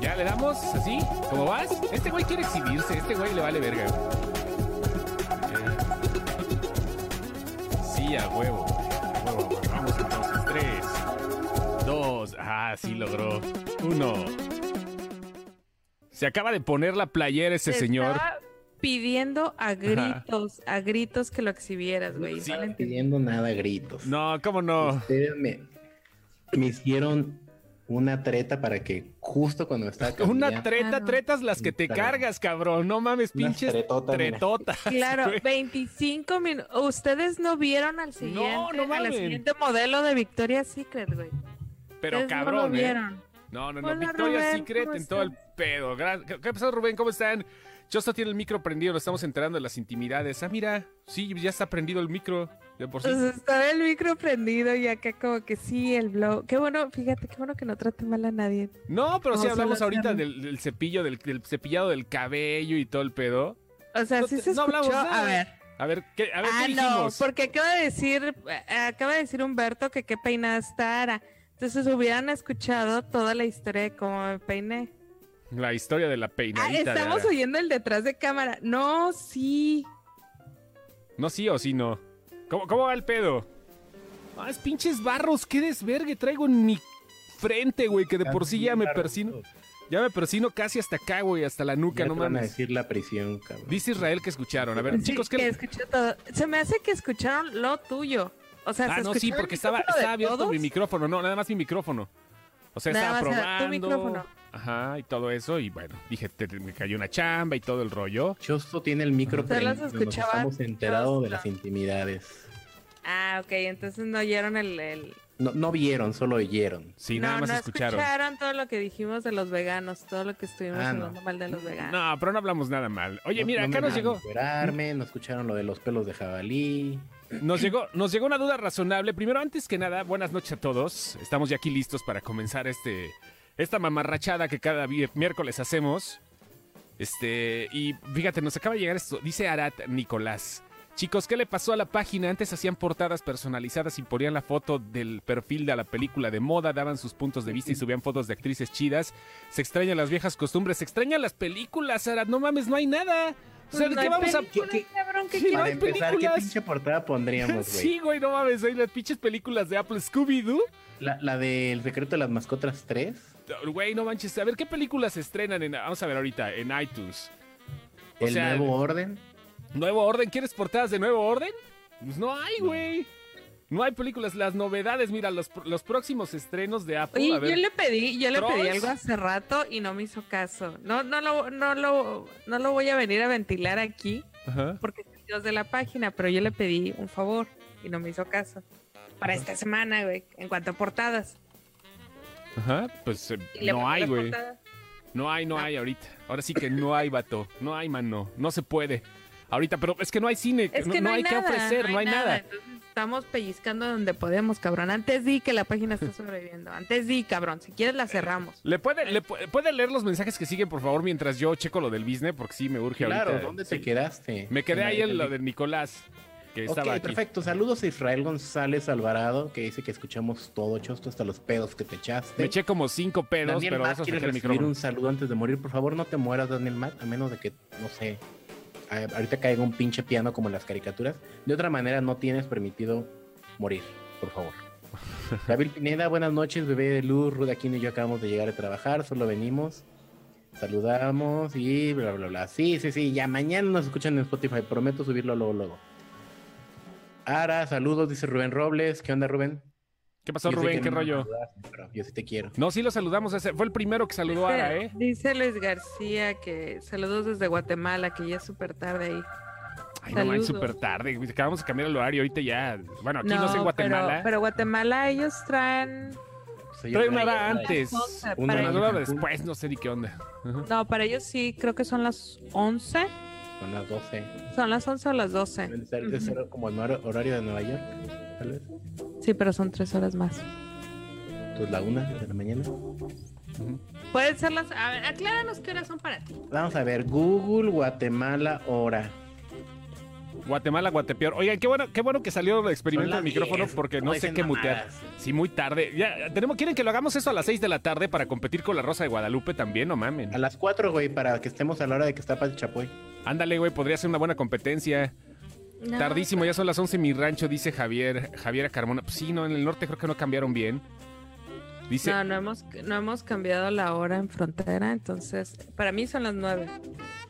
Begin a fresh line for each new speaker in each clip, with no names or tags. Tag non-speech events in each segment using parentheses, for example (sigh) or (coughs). Ya le damos así, como vas. Este güey quiere exhibirse, este güey le vale verga. güey. Eh. Sí, a huevo. a huevo, a huevo. Vamos entonces. Tres, dos. Ah, sí logró. Uno. Se acaba de poner la playera ese
Te
Este señor.
estaba Este pidiendo a gritos, a gritos que lo exhibieras, güey.
Sí.
No lo entiendo.
pidiendo nada a gritos.
No, cómo no.
Ustedes me, me hicieron una treta para que justo cuando estaba
(laughs) Una
caminando-
treta,
Ah, no.
tretas las que te
Está bien.
cargas, cabrón. No mames,
Unas
pinches
tretotas, mira.
tretotas.
Claro,
güey.
25 minutos. Ustedes no vieron al siguiente,
no
a la
mames.
siguiente modelo de Victoria's Secret, güey.
Pero
Ustedes
cabrón,
Pues, no lo
¿eh?
vieron.
No, no, no.
Hola,
Victoria
Rubén,
Secret
¿cómo
en todo el
estás?
pedo. Gra- ¿Qué ha pasado, Rubén? ¿Cómo están? Chosto tiene el micro prendido, lo estamos enterando de las intimidades. Ah, mira, sí, ya está prendido el micro de por sí.
Pues estaba el micro prendido y acá como que sí, el blog. Qué bueno, fíjate, qué bueno que no trate mal a nadie.
No, pero sí
no,
hablamos
solo
ahorita
están-
del, del cepillo, del, del cepillado del cabello y todo el pedo.
O sea,
No
sí
te-
se
no
escuchó.
hablamos nada.
a ver.
A ver, ¿qué, a ver,
Ah,
¿qué
no,
dijimos?
porque acaba de decir, eh, acaba de decir Humberto que qué peinada estará. Entonces hubieran escuchado toda la historia de cómo me peiné.
La historia de la
Ah,
peinadita. de
estamos
Ara.
oyendo el detrás de cámara. No, sí.
No, sí o sí no. ¿Cómo, cómo va el pedo? Más pinches barros, qué desvergue traigo en mi frente, güey, que de por sí ya me persino. Ya me persino casi hasta acá, güey, hasta la nuca,
Ya
no
te van a
mames.
decir la prisión, cabrón.
Dice Israel que escucharon. A ver,
Sí,
chicos, ¿qué
que
le-
escuchó todo. Se me hace que escucharon lo tuyo. O sea,
Ah,
se
no, sí,
escuchó el
porque estaba,
micrófono de
estaba abierto
todos.
mi micrófono. No, nada más mi micrófono. O sea,
Nada
estaba
más era tu
probando.
micrófono.
Ajá, y todo eso. Y bueno, dije, te- te- me cayó una chamba y todo el rollo.
Chosto tiene el micro
Ustedes las
prendido. Nos
escuchaban
estamos enterados de
todas,
las intimidades.
Ah, ok, entonces no oyeron el... el-
No, no vieron, solo oyeron.
Sí,
no,
nada más
no
escucharon.
todo lo que dijimos de los veganos, todo lo que estuvimos
Ah, no.
hablando mal de los veganos.
No, pero no hablamos nada mal. Oye,
No-
mira,
no me
acá nos
dejaron
llegó.
Esperarme, no escucharon lo de los pelos de jabalí.
Nos llegó, nos llegó una duda razonable. Primero, antes que nada, buenas noches a todos. Estamos ya aquí listos para comenzar este, esta mamarrachada que cada vi- miércoles hacemos. Este, y fíjate, nos acaba de llegar esto. Dice Arat Nicolás. Chicos, ¿qué le pasó a la página? Antes hacían portadas personalizadas y ponían la foto del perfil de la película de moda, daban sus puntos de vista y subían fotos de actrices chidas. Se extrañan las viejas costumbres, se extrañan las películas, Arat. No mames, no hay nada. O sea, ¿de
Pues No
qué
hay
vamos a...?
película,
¿Qué- qué-
cabrón, ¿qué
Sí,
quieres?
no
Para
hay
empezar, ¿qué
películas.
pinche portada pondríamos, güey?
(laughs) Sí, güey, no mames, ahí las pinches películas de Apple Scooby-Doo.
La, la del secreto de las mascotas 3.
Güey, no manches. A ver, ¿qué películas se estrenan en. Vamos a ver ahorita, en iTunes? O
El
sea,
nuevo orden.
¿Nuevo Orden? ¿Quieres portadas de Nuevo Orden? Pues no hay, güey. No hay películas. Las novedades, mira, los, pr- los próximos estrenos de Apple.
Oye,
a ver.
yo le pedí, yo le pedí
Trolls.
algo hace rato y no me hizo caso. No, no lo, no lo, no lo voy a venir a ventilar aquí
Ajá.
porque es Dios de la página, pero yo le pedí un favor y no me hizo caso. Para esta semana, güey, en cuanto a portadas.
Ajá. Pues eh,
Y le
no
mandé
hay,
las
güey.
portadas. Ah.
No hay, no
No.
hay ahorita. Ahora sí que no hay, vato. No hay, mano. No se puede. Ahorita, pero es que no hay cine.
Es que no, hay,
que
nada,
ofrecer, no hay nada.
Entonces, estamos pellizcando donde podemos, cabrón. Antes di que la página está sobreviviendo. Antes di, cabrón. Si quieres, la cerramos.
¿Le puede, le pu- puede leer los mensajes que siguen, por favor, mientras yo checo lo del business? Porque sí, me urge
Claro,
ahorita.
¿dónde
Sí.
te quedaste?
Me quedé
la
ahí en lo
película.
de Nicolás, que estaba
ok,
aquí.
perfecto. Saludos a Israel González Alvarado, que dice que escuchamos todo, Chosto, hasta los pedos que te echaste.
Me eché como cinco pedos,
Daniel
pero
Matt
eso
quiere
saqué el
recibir
micrófono.
un saludo antes de morir. Por favor, no te mueras, Daniel Matt, a menos de que, no sé, a- ahorita caiga un pinche piano como en las caricaturas. De otra manera, no tienes permitido morir,
(laughs)
por favor. David Pineda, buenas noches, bebé de luz. Ruda Aquino y yo acabamos de llegar a trabajar, solo venimos, saludamos y bla, bla, bla. Sí, sí, sí, ya mañana nos escuchan en Spotify, prometo subirlo luego, luego. Ara, saludos, dice Rubén Robles. ¿Qué onda, Rubén?
¿Qué pasó,
Yo sé
Rubén?
que
¿Qué
no me
rollo?
saludas, pero yo sí te quiero.
No, sí lo saludamos. Ese fue el primero que saludó a
(laughs)
Ara, ¿eh?
Dice Luis García que saludos desde Guatemala, que ya es súper tarde ahí.
Ay, no manches,
Saludos.
súper tarde. güey, Acabamos de cambiar el horario ahorita ya. Bueno, aquí no, sé en
Pero,
Guatemala.
pero Guatemala ellos traen...
Soy
Trae una
Israel
hora
González.
antes.
Una
Una
hora
hora
antes.
después, no sé ni qué onda. Ajá.
No, para ellos sí, creo que son las 11.
Son las 12.
Son las 11 o las 12.
Deben ser, debe ser como el hor- horario de Nueva York, tal vez.
Sí, pero son tres horas más.
Pues la una de la mañana.
Pueden ser las... A ver, acláranos qué horas son para ti.
Vamos a ver, Google Guatemala hora.
Guatemala, Guatepeor. Oigan, qué bueno, qué bueno que salió el experimento
Son
del
las
micrófono
10,
porque
no
no sé
dicen
qué mutear.
mamadas.
Sí, muy tarde. Ya, tenemos, ¿Quieren que lo hagamos eso a las 6 de la tarde para competir con la Rosa de Guadalupe también? No mamen.
A las 4, güey, para que estemos a la hora de que está para el Chapoy.
Ándale, güey, podría ser una buena competencia.
No,
Tardísimo, ya son las 11 en mi rancho, dice Javier, Javier Carmona. Pues sí, no, en el norte creo que no cambiaron bien. Dice,
No, no hemos, no hemos cambiado la hora en frontera, entonces para mí son las nueve.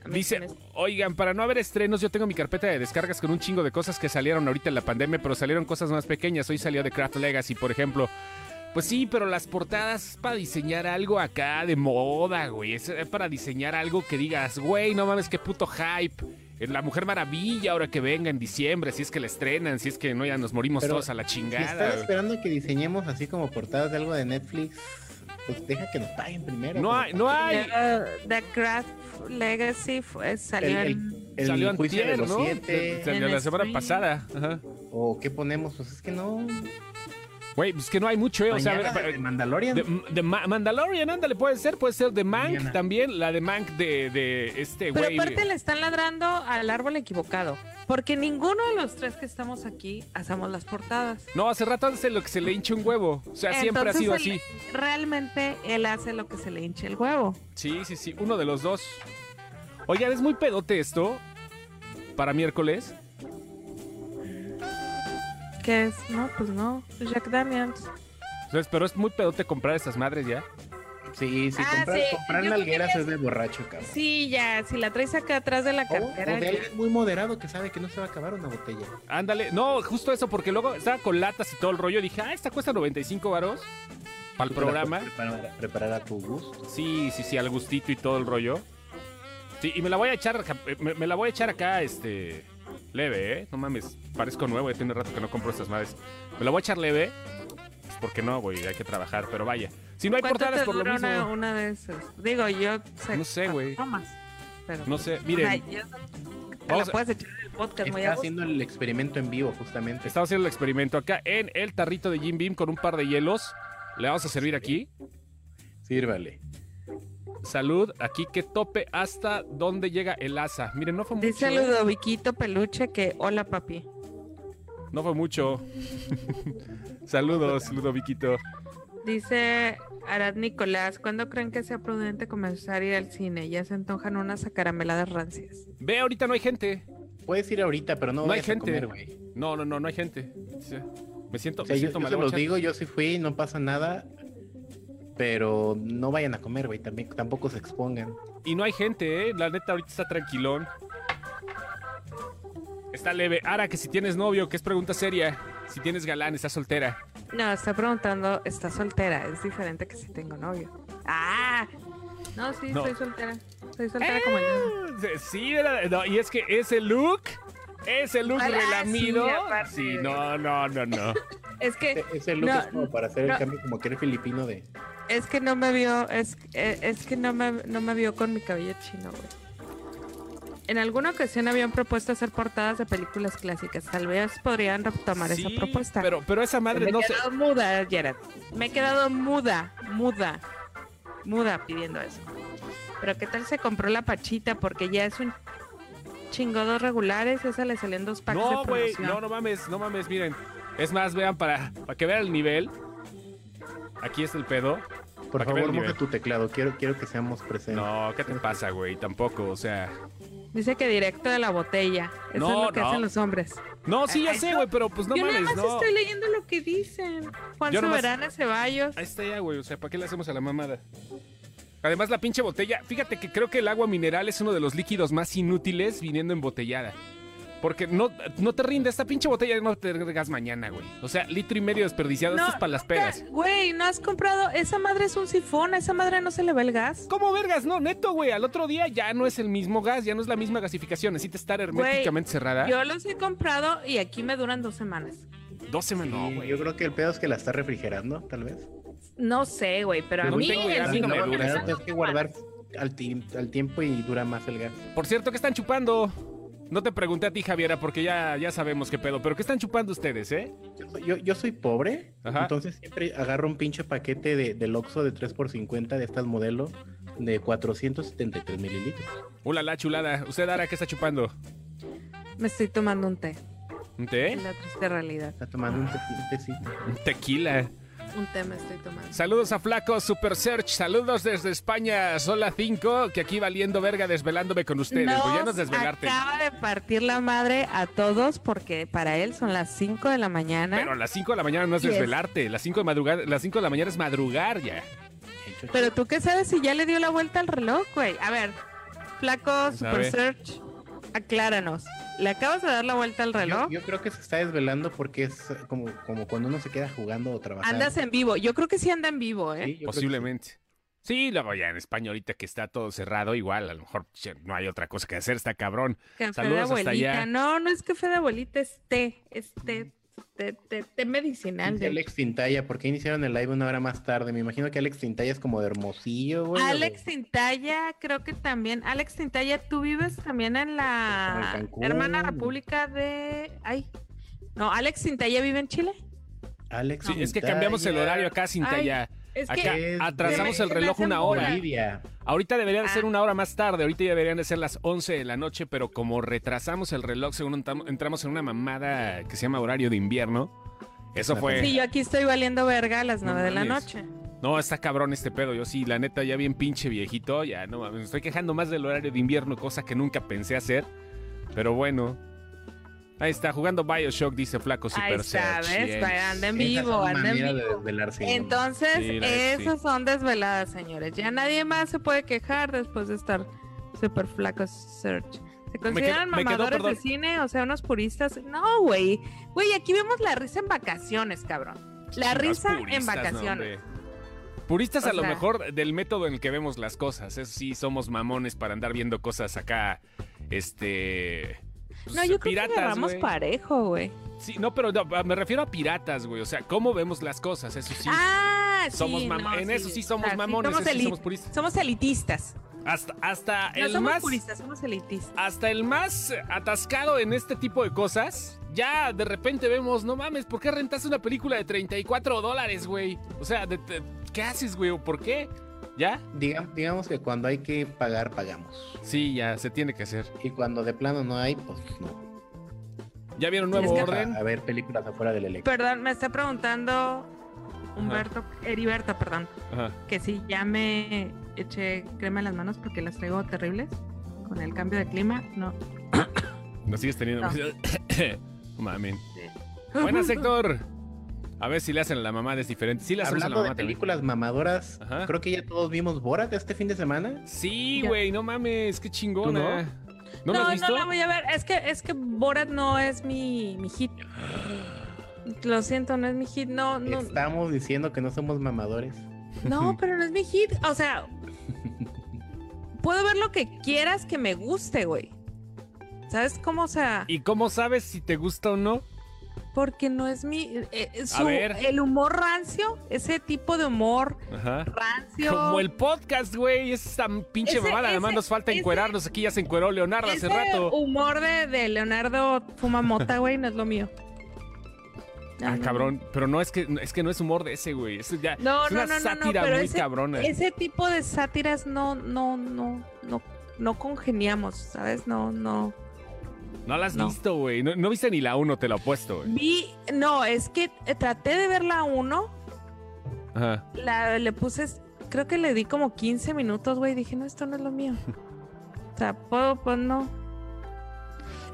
A mí
Dice,
se me-
oigan, para no haber estrenos, yo tengo mi carpeta de descargas con un chingo de cosas que salieron ahorita en la pandemia, pero salieron cosas más pequeñas. Hoy salió de Craft Legacy, por ejemplo. Pues sí, pero las portadas para diseñar algo acá de moda, güey. Es eh, para diseñar algo que digas, güey, no mames, qué puto hype. Eh, La Mujer Maravilla ahora que venga en diciembre, si es que la estrenan, si es que no, ya nos morimos
Pero,
todos a la
Si
chingada.
están
güey.
esperando que diseñemos así como portadas de algo de Netflix, pues deja que nos paguen primero.
No
güey.
hay, no hay.
Uh, The Craft Legacy fue- eh,
El,
salió en-
el, el
Salió
juicio de
antier,
los
¿no?
siete,
Salió
En
la semana
stream.
pasada. Ajá.
o qué ponemos, pues es que no.
Güey, pues que no hay mucho, eh. O sea,
Mañana
a ver,
de Mandalorian.
De, de Ma- Mandalorian, ándale, puede ser, puede ser de Mank
Mañana.
también, la de Mank de, de este
Pero
güey.
aparte le están ladrando al árbol equivocado, porque ninguno de los tres que estamos aquí hacemos las portadas.
No, hace rato hace lo que se le hincha un huevo. O sea, siempre ha
Entonces,
sido
él-
así.
Realmente él hace lo que se le hinche el huevo.
Sí, sí, sí, uno de los dos. Oigan, es muy pedote esto para miércoles.
¿Qué es? No, pues no. Jack Daniels.
O sea, pero es muy pedote comprar esas madres ya.
Sí, sí,
Ah,
comprar,
sí,
comprar
yo creo que
nalgueras
ya-
es de borracho, cabrón.
Sí, ya, si la traes acá atrás de la
O, o
cartera.
de
ya.
alguien muy moderado que sabe que no se va a acabar una botella.
Ándale, no, justo eso, porque luego estaba con latas y todo el rollo. Dije, ah, esta cuesta 95 varos para el
Tú te la
programa.
puedes Preparar, preparar a tu gusto.
Sí, sí, sí, al gustito y todo el rollo. Sí, y me la voy a echar, ja- eh, me, me la voy a echar acá, este, leve, ¿eh? No mames, parezco nuevo, ya tiene rato que no compro estas madres. Me la voy a echar leve, pues porque no, güey, hay que trabajar, pero vaya. Si no hay
¿Cuánto
portadas
te
por lo
dura
mismo,
una, una de esas? Digo, yo
No sé, güey.
tomas, pero-
no sé,
Ay,
miren,
yo- te la
vamos a-
puedes echar en el podcast muy
Está
a gusto.
haciendo el experimento en vivo, justamente.
estamos haciendo el experimento acá en el tarrito de Jim Beam con un par de hielos. Le vamos a servir aquí.
Sírvale.
Salud, aquí que tope hasta donde llega el asa. Miren, no fue mucho. ¿eh?
Dice Ludoviquito Peluche que hola papi.
No fue mucho. (laughs) Saludos, Ludoviquito.
Dice Arad Nicolás, ¿cuándo creen que sea prudente comenzar a ir al cine? Ya se antojan unas acarameladas rancias.
Ve, ahorita no hay gente.
Puedes ir ahorita, pero no,
No hay
vayas a
gente.
comer, güey.
No, no, no, no hay gente. Sí. Me siento,
O sea,
me
yo,
siento
yo
mal.
se
voy a
los
echar-
digo, yo sí fui, no pasa nada. Pero no vayan a comer, güey. también- Tampoco se expongan.
Y no hay gente, ¿eh? La neta, ahorita está tranquilón. Está leve. Ara, que si tienes novio, que es pregunta seria. Si tienes galán, estás soltera.
No, está preguntando, ¿está soltera? Es diferente que si tengo novio. Ah, no, sí,
No.
soy soltera. Soy soltera como yo.
Eh, Sí, era- no, y es que ese look, ese look
Ah, sí,
relamido.
aparte.
Sí, no, no, no, no.
Es que,
Eh.
E- Ese look
No,
es como para hacer el
no.
cambio como que eres filipino de...
es que no me vio, es, eh, es que no me, no me vio con mi cabello chino, güey. En alguna ocasión habían propuesto hacer portadas de películas clásicas. Tal vez podrían retomar
Sí,
esa propuesta.
Pero, pero esa madre
me
no
he
se.
quedado muda, Jared. Me he quedado muda, muda, muda pidiendo eso. Pero qué tal se compró la pachita porque ya es un chingo dos regulares, esa le salen dos packs
No,
de
güey,
promoción.
no, no mames, no mames, miren. Es más, vean para, para que vean el nivel. Aquí está el pedo.
Por
Para que vea el
favor, moja
nivel.
tu teclado. Quiero, quiero que seamos presentes.
No, ¿qué te pasa, güey? Tampoco, o sea.
Dice que directo de la botella. Eso
No,
es lo que
no.
hacen los hombres.
No, sí, ya
Eso-
sé, güey, pero pues no
Yo nada
mames,
más
no.
estoy leyendo lo que dicen. Juan
Yo nomás-
Soberana Ceballos.
Ahí está ya, güey, o sea, ¿para qué le hacemos a la mamada? Además, la pinche botella. Fíjate que creo que el agua mineral es uno de los líquidos más inútiles viniendo embotellada. Porque no, no te rinde, esta pinche botella no te regas mañana, güey. O sea, litro y medio desperdiciado,
No,
esto es para las pedas.
Güey, no has comprado. Esa madre es un sifón. A esa madre no se le va el gas.
¿Cómo vergas? No, neto, güey. Al otro día ya no es el mismo gas, ya no es la misma gasificación. Necesita estar herméticamente cerrada.
Yo los he comprado y aquí me duran dos semanas.
Dos semanas.
Sí,
No, güey.
yo creo que el pedo es que la está refrigerando, tal vez.
No sé, güey, pero a
No
mí
tengo
el
idea, a mí
vino
no me
me
dura
dura
eso.
dos
Tienes que guardar al, ti- al tiempo y dura más el gas.
Por cierto, ¿qué están chupando? No te pregunté a ti, Javiera, porque ya, ya sabemos qué pedo. Pero ¿qué están chupando ustedes, eh?
Yo soy, yo- yo soy pobre,
Ajá.
entonces siempre agarro un pinche paquete de, del Oxxo de 3x50 de estas modelo de 473 mililitros.
Hola, la chulada. ¿Usted, Ara, qué está chupando?
semanas. Me estoy tomando un té.
¿Un té?
La triste realidad.
Está tomando un, tequi- un tecito.
Un tequila.
Un té me estoy tomando.
Saludos a Flaco Super Search. Saludos desde España. Sola 5, que aquí valiendo verga desvelándome con ustedes. Voy a no
Nos
desvelarte.
Acaba de partir la madre a todos porque para él son las 5 de la mañana.
Pero a las 5 de la mañana no es
Así es.
desvelarte. Las 5 de madrugada, las 5 de la mañana es madrugar ya.
Pero tú qué sabes si ya le dio la vuelta al reloj, güey. A ver, flaco,
¿Quién sabe?
super search, acláranos. ¿Le acabas de dar la vuelta al reloj?
Yo, yo creo que se está desvelando porque es eh, como, como cuando uno se queda jugando o trabajando.
Andas en vivo. Yo creo que sí anda en vivo, ¿eh?
Sí, yo creo que
Posiblemente. Sí, luego ya en España ahorita que está todo cerrado, igual a lo mejor che, no hay otra cosa que hacer, está cabrón.
Café de
Saludos hasta allá.
abuelita. No, no es café de abuelita, es té. Es té, té, té, té medicinal.
Dice
güey.
Alex Tintaya, ¿por qué iniciaron el live una hora más tarde? Me imagino que Alex Tintaya es como de hermosillo, güey. o de-
Alex Tintaya, creo que también. Alex Tintaya, tú vives también en
Como
la
en Cancún.
hermana república de. Ay. No, Alex Tintaya vive en Chile.
Alex
Sí, es que cambiamos el
Tintaya
horario acá sin
Ay,
tallar.
Es
Acá
que.
Es
atrasamos
de-
el reloj
se me hace
una
bola.
hora.
Bolivia.
Ahorita debería de ser
Ah.
una hora más tarde, ahorita ya deberían de ser las 11 de la noche, pero como retrasamos el reloj, según entam- entramos en una mamada que se llama horario de invierno, eso
Una
fue...
Sí, yo aquí estoy valiendo verga a las
No
9 de la
mames.
noche.
No, está cabrón este pedo, yo sí, la neta, ya bien pinche viejito, ya no, mames, me estoy quejando más del horario de invierno, cosa que nunca pensé hacer, pero bueno. Ahí está, jugando Bioshock, dice Flaco
Ahí
Super
está,
Search.
¿ves?
Bien.
Vaya, Anda en
Esas son
vivo, anda en
maneras
vivo.
de desvelarse, ¿no?
Entonces,
Sí, la neta, sí.
esas son desveladas, señores. Ya nadie más se puede quejar después de estar súper flacos, Search. ¿Se consideran
quedo- me quedo,
mamadores
perdón.
de cine? O sea, unos puristas. No, güey. Güey, aquí vemos la risa en vacaciones, cabrón. La
Los
risa en
puristas, no,
vacaciones.
hombre. puristas
O
a lo
sea.
mejor del método en el que vemos las cosas. Eso sí, somos mamones para andar viendo cosas acá, este... pues,
No, yo creo
piratas,
que agarramos
güey.
parejo, güey.
Sí, no, pero no, me refiero a piratas, güey. O sea, cómo vemos las cosas, eso sí.
Ah, sí.
somos mam-
no,
en eso sí somos
O sea,
mamones,
somos,
eso sí
eli-
somos puristas.
somos elitistas.
Hasta, hasta
No
el
somos
más...
puristas, somos elitistas.
hasta el más atascado en este tipo de cosas, ya de repente vemos, no mames, ¿por qué rentaste una película de 34 dólares, güey? O sea, de- de- ¿qué haces, güey? ¿O por qué? ¿Ya?
Diga- digamos que cuando hay que pagar, pagamos.
Sí, ya, se tiene que hacer.
Y cuando de plano no hay, pues no.
¿Ya vieron nuevo
Es que-
orden?
A ver películas afuera del electro.
Perdón, me está preguntando Humberto, Heriberto, perdón,
Ajá.
que si ya me eché crema en las manos porque las traigo terribles con el cambio de clima, no.
No sigues teniendo.
No.
(coughs) No mames.
(laughs)
Buenas, Héctor. A ver si le hacen a la mamá, es diferente. Sí, le hacemos a
Hablando
la
de
mamá también.
películas mamadoras,
Ajá.
creo que ya todos vimos Borat este fin de semana.
Sí,
Ya.
güey, no mames, qué chingona. ¿No, lo
No, no,
has visto?
la voy a ver. Es que es que Borat no es mi, mi hit. Lo siento, no es mi hit. No, no,
Estamos diciendo que no somos mamadores.
no, pero no es mi hit. O sea, puedo ver lo que quieras que me guste, güey. ¿Sabes cómo? O sea,
¿Y cómo sabes si te gusta o no?
porque no es mi. eh, eh, su-
ver.
El humor rancio, ese tipo de humor
Ajá.
rancio.
Como el podcast, güey. Es esa pinche
Ese-
mamada. Además,
ese-
nos falta
ese-
encuerarnos. Aquí ya se encueró Leonardo hace
Ese Uh,
rato.
humor de, de Leonardo Fumamota, güey, no es lo mío. No, no,
Ah,
no.
cabrón. Pero no es que es que no es humor de ese, güey. Es, ya,
No,
es
no,
una
no, no, no,
sátira
pero
muy
ese-
cabrona.
Ese tipo de sátiras no, no, no, no, no congeniamos, ¿sabes? No, no.
no la has
no.
visto, güey. No, no viste ni la uno, te lo apuesto, güey.
Vi, no, es que eh, traté de ver la 1,
Ajá.
la, le puse, creo que le di como 15 minutos, güey, dije, no, esto no es lo mío. O sea, puedo, pues no.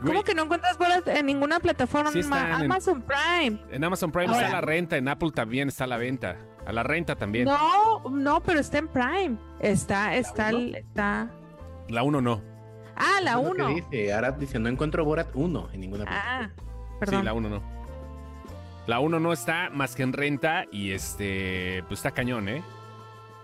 Güey,
¿Cómo que no encuentras bolas en ninguna plataforma?
Sí están en-
Amazon Prime.
En Amazon Prime
Ahora-
está a la renta. En Apple también está a la venta. A la renta también.
No, no, pero está en Prime. Está, está, el- está.
La uno no.
Ah, la
Es lo que
1.
Dice, ahora dice, no encuentro Borat 1 en ninguna
Ah,
Sí,
perdón.
la uno no. La uno no está más que en renta y este, pues está cañón, ¿eh?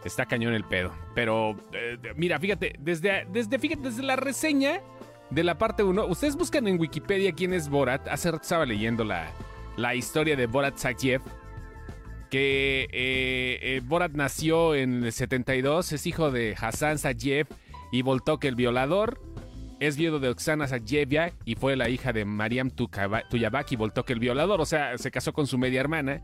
Está cañón el pedo. Pero, eh, mira, fíjate, desde, desde, fíjate, desde la reseña de la parte 1, ustedes buscan en Wikipedia quién es Borat. Hace rato estaba leyendo la, la historia de Borat Sakiev. Que eh, eh, Borat nació en el 72, es hijo de Hassan Sakiev y Voltok el violador. Es viudo de Oksana Sayevia y fue la hija de Mariam Tukaba- Tuyabaki Voltok el violador. O sea, se casó con su media hermana.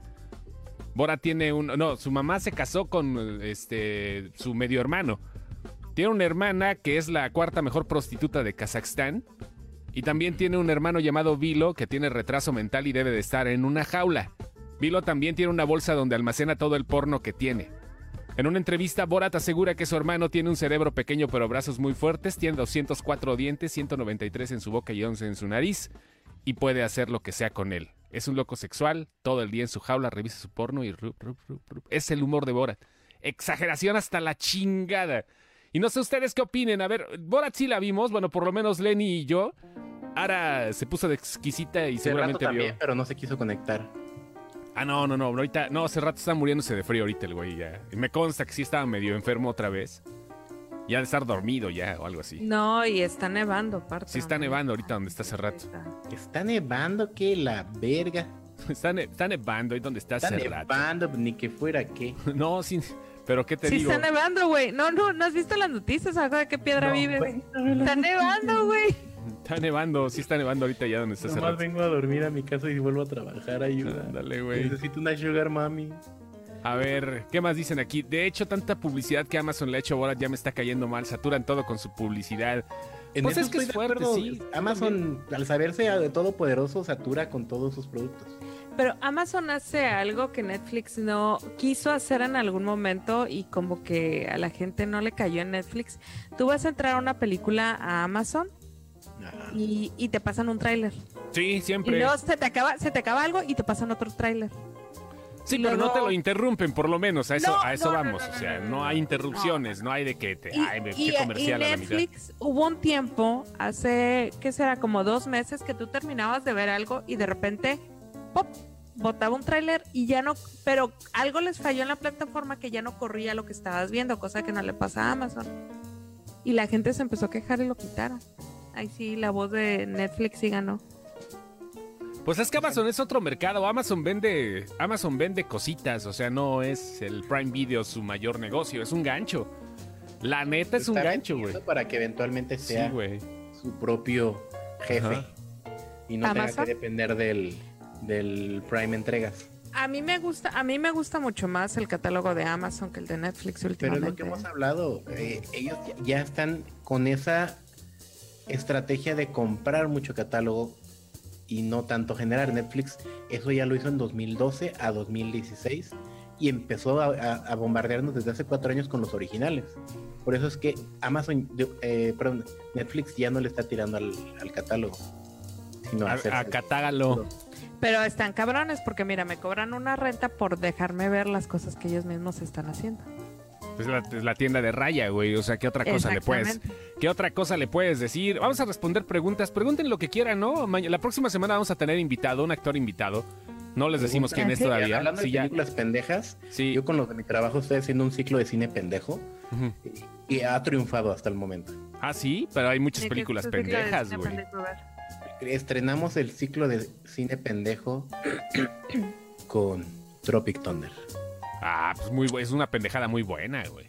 Borat tiene un. No, su mamá se casó con este. su medio hermano. Tiene una hermana que es la cuarta mejor prostituta de Kazajstán. Y también tiene un hermano llamado Vilo que tiene retraso mental y debe de estar en una jaula. Vilo también tiene una bolsa donde almacena todo el porno que tiene. En una entrevista, Borat asegura que su hermano tiene un cerebro pequeño pero brazos muy fuertes, tiene 204 dientes, 193 en su boca y 11 en su nariz, y puede hacer lo que sea con él. Es un loco sexual, todo el día en su jaula revisa su porno y... rup, rup, rup, rup. Es el humor de Borat. Exageración hasta la chingada. Y no sé ustedes qué opinen. A ver, Borat sí la vimos, bueno, por lo menos Lenny y yo. Ara se puso de exquisita y
Hace rato
seguramente
también,
vio.
pero no se quiso conectar.
Ah, no, no, no, ahorita, no, hace rato está muriéndose de frío ahorita el güey ya. Y me consta que sí estaba medio enfermo otra vez. Ya de estar dormido ya o algo así.
No, y está nevando, aparte.
Sí, está nevando ahorita donde está hace rato.
Está nevando, que la verga.
Mm.
Está, ne- está nevando ahí donde está
Está
hace rato.
nevando, ni que fuera qué.
No, sí, pero ¿qué te
Sí,
digo?
está nevando, güey. No, no, ¿no has visto las noticias? ¿Abajo de qué piedra
No,
vives?
güey,
Está nevando, güey.
Está nevando, sí está nevando ahorita ya donde está hace
Nomás
rato.
vengo a dormir a mi casa y vuelvo a trabajar, ayuda.
Ándale, güey.
Necesito una sugar mami.
A ver, ¿qué más dicen aquí? De hecho, tanta publicidad que Amazon le ha hecho ahora ya me está cayendo mal. Saturan todo con su publicidad.
En
Pues
eso
es que
estoy
es
de
fuerte,
acuerdo.
sí,
Amazon, al saberse de todopoderoso, satura con todos sus productos.
Pero Amazon hace algo que Netflix no quiso hacer en algún momento y como que a la gente no le cayó en Netflix. Tú vas a entrar a una película a Amazon
Ah,
y, y te pasan un tráiler.
Sí,
Y
siempre.
luego se te acaba, se te acaba algo y te pasan otro tráiler.
Sí,
Y
pero no
luego-
te lo interrumpen, por lo menos. A eso,
No,
a eso
no, no,
vamos.
no,
o sea,
no,
no,
no,
hay
no,
interrupciones, no, hay de que te.
Y,
ay, me
y-
qué comercial
y
a la mitad.
Netflix hubo un tiempo, hace, ¿qué será? Como dos meses que tú terminabas de ver algo y de repente, ¡pop! Botaba un tráiler y ya no, pero algo les falló en la plataforma que ya no corría lo que estabas viendo, cosa que no le pasa a Amazon. Y la gente se empezó a quejar y lo quitaron. Ahí sí, la voz de Netflix sí ganó.
Pues es que Amazon es otro mercado. Amazon vende, Amazon vende cositas. O sea, no es el Prime Video su mayor negocio. Es un gancho. La neta es un
está
gancho, güey.
vendiendo Para que eventualmente
Sí,
sea
güey.
su propio jefe
Ajá.
y no tenga
¿Amazon?
que depender del, del Prime entregas.
A mí me gusta, a mí me gusta mucho más el catálogo de Amazon que el de Netflix
Pero es lo
últimamente.
que hemos hablado. eh, ellos ya- ya están con esa estrategia de comprar mucho catálogo y no tanto generar. Netflix eso ya lo hizo en 2012 a 2016 y empezó a, a- a bombardearnos desde hace cuatro años con los originales. Por eso es que Amazon, de- eh, perdón, Netflix ya no le está tirando al, al catálogo, sino a,
A,
hacerse-
a catágalo.
Pero están cabrones porque mira, me cobran una renta por dejarme ver las cosas que ellos mismos están haciendo.
Es la, es la tienda de raya, güey. O sea, ¿qué otra cosa pues, le puedes?
Exactamente.
¿Qué otra cosa le puedes decir? Vamos a responder preguntas. Pregunten lo que quieran, ¿no? Ma- La próxima semana vamos a tener invitado, un actor invitado. No les decimos quién es
Pregunta.
Y
todavía.
Hablando
Sí,
de
ya.
películas pendejas,
Sí.
yo con los de mi trabajo estoy haciendo un ciclo de cine pendejo
Ujú.
y, y ha triunfado hasta el momento.
Ah, sí, pero hay muchas
Sí, que
películas
es película de
pendejas,
cine
güey.
pendejo, a ver.
Estrenamos el ciclo de cine pendejo con Tropic Thunder.
Ah, pues muy, bu- es una pendejada muy buena, güey.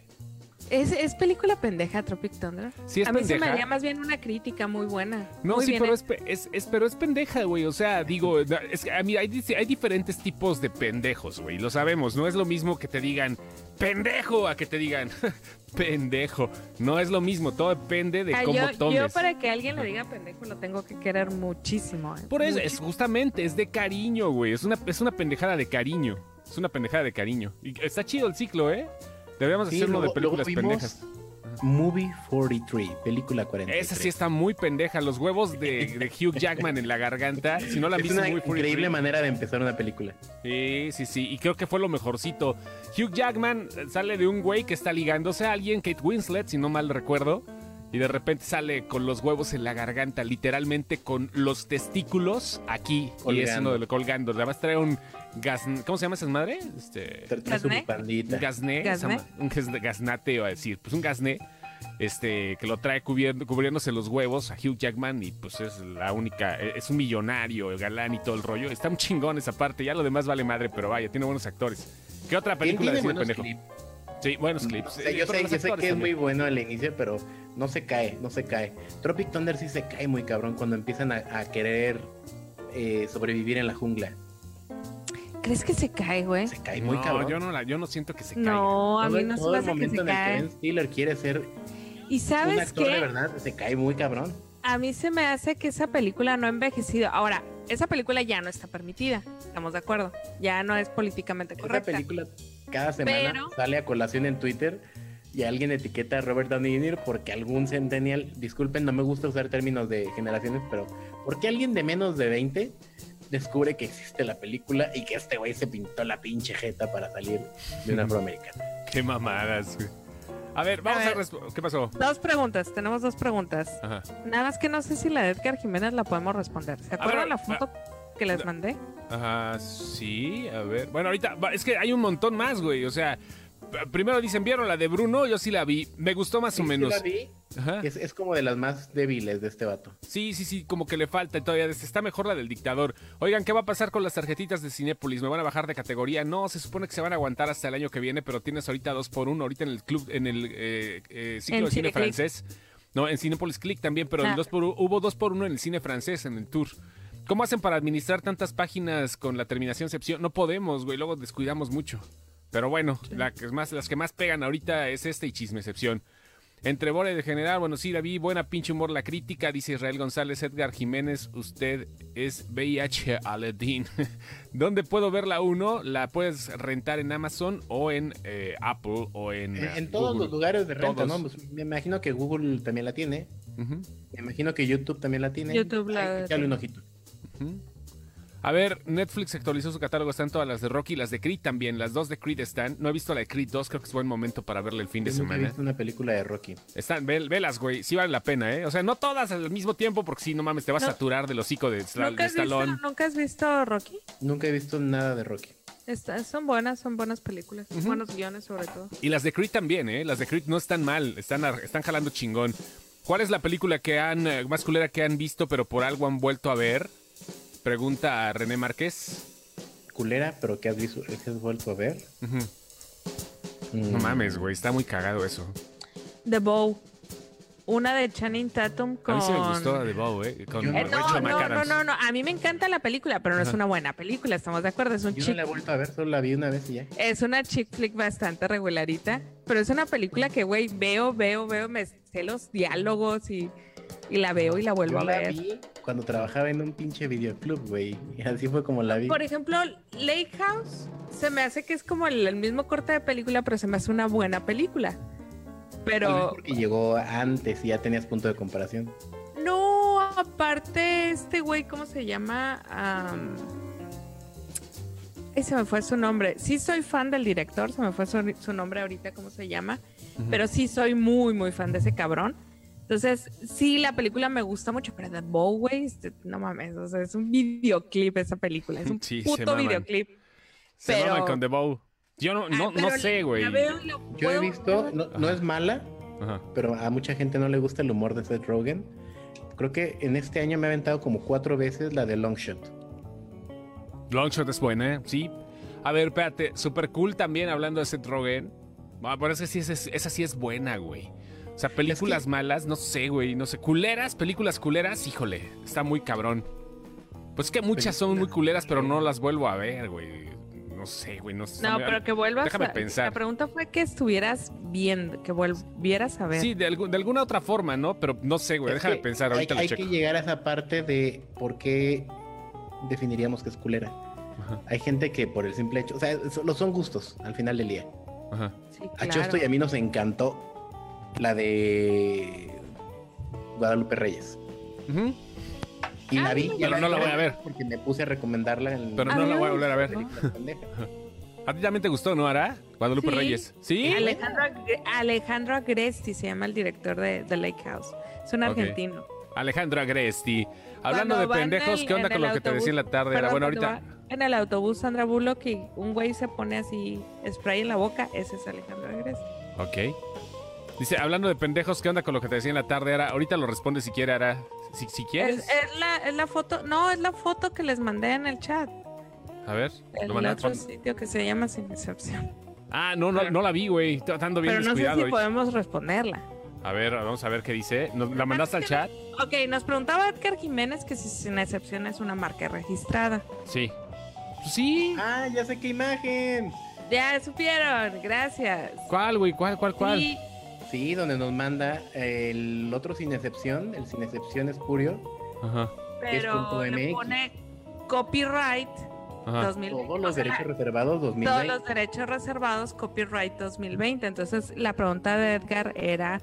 ¿Es, es película pendeja Tropic Thunder?
Sí, es
a mí se me
pendeja.
haría más bien una crítica muy buena.
No,
muy
sí,
bien ¿eh?
pero
hecha.
es, pe- es- es- pero es pendeja, güey. O sea, digo, da- es que, a mí hay, dice- hay diferentes tipos de pendejos, güey. Lo sabemos. No es lo mismo que te digan pendejo a que te digan (laughs) pendejo. No es lo mismo. Todo depende de
Ah,
cómo
yo, yo
tomes.
para que alguien le diga pendejo lo tengo que querer muchísimo. eh,
Por eso,
mucho.
es justamente, es de cariño, güey. Es una, es una pendejada de cariño. Es una pendejada de cariño. Y está chido el ciclo, ¿eh? Deberíamos
Sí,
hacerlo de
luego- luego
películas
vimos
pendejas.
Movie 43, película 43.
Esa sí está muy pendeja. Los huevos de, de Hugh Jackman en la garganta. Si no la han
Es
visto,
una
muy
increíble
furiosa.
manera de empezar una película.
Sí, sí, sí. Y creo que fue lo mejorcito. Hugh Jackman eh, sale de un güey que está ligándose a alguien, Kate Winslet, si no mal recuerdo. Y de repente sale con los huevos en la garganta, literalmente con los testículos aquí. Y es
Colgando.
uno de los colgando. Además trae un gas... ¿Cómo se llama esa madre? Este...
Tra- trae su
¿Gasné?
Un
bandita.
gasné,
Gasné.
esa ma- un gas- gasnate iba a decir, pues un gasné, este, que lo trae cubier- cubriéndose los huevos a Hugh Jackman y pues es la única, e- es un millonario, el galán y todo el rollo. Está un chingón esa parte, ya lo demás vale madre, pero vaya, tiene buenos actores. ¿Qué otra película
Tiene
de cine
buenos
pendejo?
clips. Mm.
Sí, buenos clips.
O sea,
Eh,
yo
pero
sé,
los
yo sé
actores
que es muy
también.
bueno al inicio, pero no se cae, no se cae. Tropic Thunder sí se cae muy cabrón cuando empiezan a, a querer eh, sobrevivir en la jungla.
¿Crees que se cae, güey?
Se cae muy
no,
cabrón.
Yo no, la- yo no siento que se caiga.
No, a
Todo
mí
el-
no se
todo
me
el
hace que
momento
se
en el que
cae.
Ben Stiller quiere ser
¿Y
un
sabes
actor de
qué?
verdad se cae muy cabrón.
A mí se me hace que esa película no ha envejecido. Ahora, esa película ya no está permitida, estamos de acuerdo. Ya no es políticamente
Esta
correcta.
película cada semana
Pero-
sale a colación en Twitter y alguien etiqueta a Robert Downey Jr. porque algún centennial, disculpen, no me gusta usar términos de generaciones, pero porque alguien de menos de 20 descubre que existe la película y que este güey se pintó la pinche jeta para salir de un afroamericano.
Qué mamadas, güey. A ver, vamos a,
ver.
resp- ¿Qué pasó?
Dos preguntas, tenemos dos preguntas.
Ajá.
Nada más que no sé si la de Edgar Jiménez la podemos responder. ¿Se
ver,
acuerdan la foto que les mandé?
Ajá, sí, a ver. Bueno, ahorita va- es que hay un montón más, güey. O sea, p- primero dicen, ¿vieron la de Bruno? Yo sí la vi. Me gustó más
Sí,
o
sí
menos.
la vi,
Ah.
Ajá.
Es, es como de las más débiles de este vato.
Sí, sí, sí, como que le falta y todavía. Está mejor la del dictador. Oigan, ¿qué va a pasar con las tarjetitas de Cinépolis? ¿Me van a bajar de categoría? No, se supone que se van a aguantar hasta el año que viene, pero tienes ahorita dos por uno. Ahorita en el club, en el eh, eh, ciclo
En
de cine
Cineclick.
francés. No, en Cinépolis Click también, pero en
Ah.
dos por u- hubo dos por uno en el cine francés, en el tour. ¿Cómo hacen para administrar tantas páginas con la terminación excepción? No podemos, güey, luego descuidamos mucho. Pero bueno, la que es más, las que más pegan ahorita es este y chisme excepción. Entre Bore de General, bueno, sí, la vi, buena pinche humor la crítica, dice Israel González, Edgar Jiménez, usted es VIH Aledín. (laughs) ¿Dónde puedo ver la 1? La puedes rentar en Amazon o en eh, Apple o en...
En,
eh,
en todos
Google.
los lugares de renta,
Todos.
¿no? Pues me imagino que Google también la tiene.
Ujú,
Me imagino que YouTube también la tiene.
YouTube la-
Hay que echarle un ojito.
ujú. A ver, Netflix actualizó su catálogo, están todas las de Rocky y las de Creed también, las dos de Creed están. No he visto la de Creed 2, creo que es buen momento para verla el fin de
Yo nunca he
semana.
visto una película de Rocky.
Están, vel- velas, güey, sí vale la pena, ¿eh? O sea, no todas al mismo tiempo, porque si no mames, te vas a
No.
saturar del hocico de, Sla- de
¿Nunca has, visto,
Stallone.
¿Nunca has visto Rocky?
Nunca he visto nada de Rocky.
Está- son buenas, son buenas películas,
Ujú.
buenos guiones sobre todo.
Y las de Creed también, ¿eh? Las de Creed no están mal, están, ar- están jalando chingón. ¿Cuál es la película que han, eh, más culera que han visto, pero por algo han vuelto a ver? Pregunta a René Márquez.
Culera, pero que has visto, que has vuelto a ver.
Ujú.
Mm,
No mames, güey, está muy cagado eso.
The Bow. Una de Channing Tatum con...
A mí sí me gustó la de Bow, ¿eh? Con
Yo no-
Eh,
Rachel
no, no, no,
McAdams.
no, no, a mí me encanta la película, pero no es
Ajá.
una buena película, estamos de acuerdo, es un
Yo no
chick,
la he vuelto a ver, solo la vi una vez y ya.
es una chick flick bastante regularita, pero es una película que, güey, veo, veo, veo, me sé los diálogos y, y la veo y la vuelvo
Yo
a
la
ver.
vi cuando trabajaba en un pinche videoclub, güey. Y así fue como la vi.
Por ejemplo, Lake House se me hace que es como el, el mismo corte de película, pero se me hace una buena película.
Tal vez
Pero
porque llegó antes y ya tenías punto de comparación.
no, aparte este güey, ¿cómo se llama? Am, ay, se me fue su nombre. Sí soy fan del director, se me fue su, su nombre ahorita, ¿cómo se llama?
Ujú.
Pero sí soy muy, muy fan de ese cabrón. Entonces, sí, la película me gusta mucho, pero The Bow, güey, este, no mames, o sea, es un videoclip esa película, es un
Sí, se
puto
maman.
videoclip.
Se
pero-
maman con The Bow. Yo no, no,
Ah, pero
no sé,
la
güey.
veo y la
Yo he
puedo-
visto, no, no es mala,
Ajá.
pero a mucha gente no le gusta el humor de Seth Rogen. Creo que en este año me he aventado como cuatro veces la de Longshot.
Longshot es buena, ¿eh? sí. A ver, espérate, super cool también hablando de Seth Rogen. Ah, pero es que sí, esa, es- esa sí es buena, güey. O sea, películas
Es que-
malas, no sé, güey, no sé. Culeras, películas culeras, híjole, está muy cabrón. Pues es que muchas son muy culeras, pero no las vuelvo a ver, güey. No sé, güey, no sé.
No,
Me-
pero que vuelvas
Déjame
a
pensar.
La pregunta fue que estuvieras viendo, que volvieras a ver.
Sí, de, algu- de alguna otra forma, ¿no? Pero no sé, güey,
Es
déjame
que
pensar,
hay-
ahorita
hay
lo checo.
que llegar a esa parte de por qué definiríamos que es culera.
Ajá.
Hay gente que por el simple hecho, o sea, solo son gustos al final del día.
Ajá.
Sí,
A
claro.
Chosto y a mí nos encantó la de Guadalupe Reyes.
Ujú,
Y la
Ah,
vi.
mira.
y
Pero no la voy a ver.
Porque me puse a recomendarla en
Pero
A
no
mí
la
me
voy a volver a ver.
películas pendejas.
A ti también te gustó, ¿no, Ara? Guadalupe
Sí.
Reyes. ¿Sí?
Alejandro, Agre- Alejandro Agresti se llama el director de The Lake House. Es un
Ok.
argentino.
Alejandro Agresti. Hablando
Cuando
de
van
pendejos,
en-
¿qué onda
en
con
el
lo que te
autobús-
decía en la tarde? Era
Perdón,
bueno,
cuando
ahorita.
va En el autobús Sandra Bullock y un güey se pone así spray en la boca, ese es Alejandro Agresti.
Ok. Dice, hablando de pendejos, ¿qué onda con lo que te decía en la tarde? Ara, ahorita lo responde si quiere, Ara. Si, si
Es,
quieres.
es la, es la foto, no, es la foto que les mandé en el chat.
A ver,
El
lo mandé-
otro sitio que se llama Sin Excepción.
Ah, no, no, no la vi, güey. Estoy Andando bien
Pero no sé si
descuidado. ahorita.
podemos responderla.
A ver, vamos a ver qué dice. ¿Nos- ¿La mandaste al chat?
Ok, nos preguntaba Edgar Jiménez que si sin excepción es una marca registrada.
Sí. Sí.
Ah, ya sé qué imagen.
Ya supieron, gracias.
¿Cuál, güey? ¿Cuál, cuál, cuál?
Sí,
Sí, donde nos manda el otro sin excepción, el sin excepción espurio.
Ajá,
Pero
Es
le
punto
pone copyright
ajá.
2000.
Todos
o
los
sea,
derechos reservados 2020.
todos los derechos reservados, copyright 2020. Entonces, la pregunta de Edgar era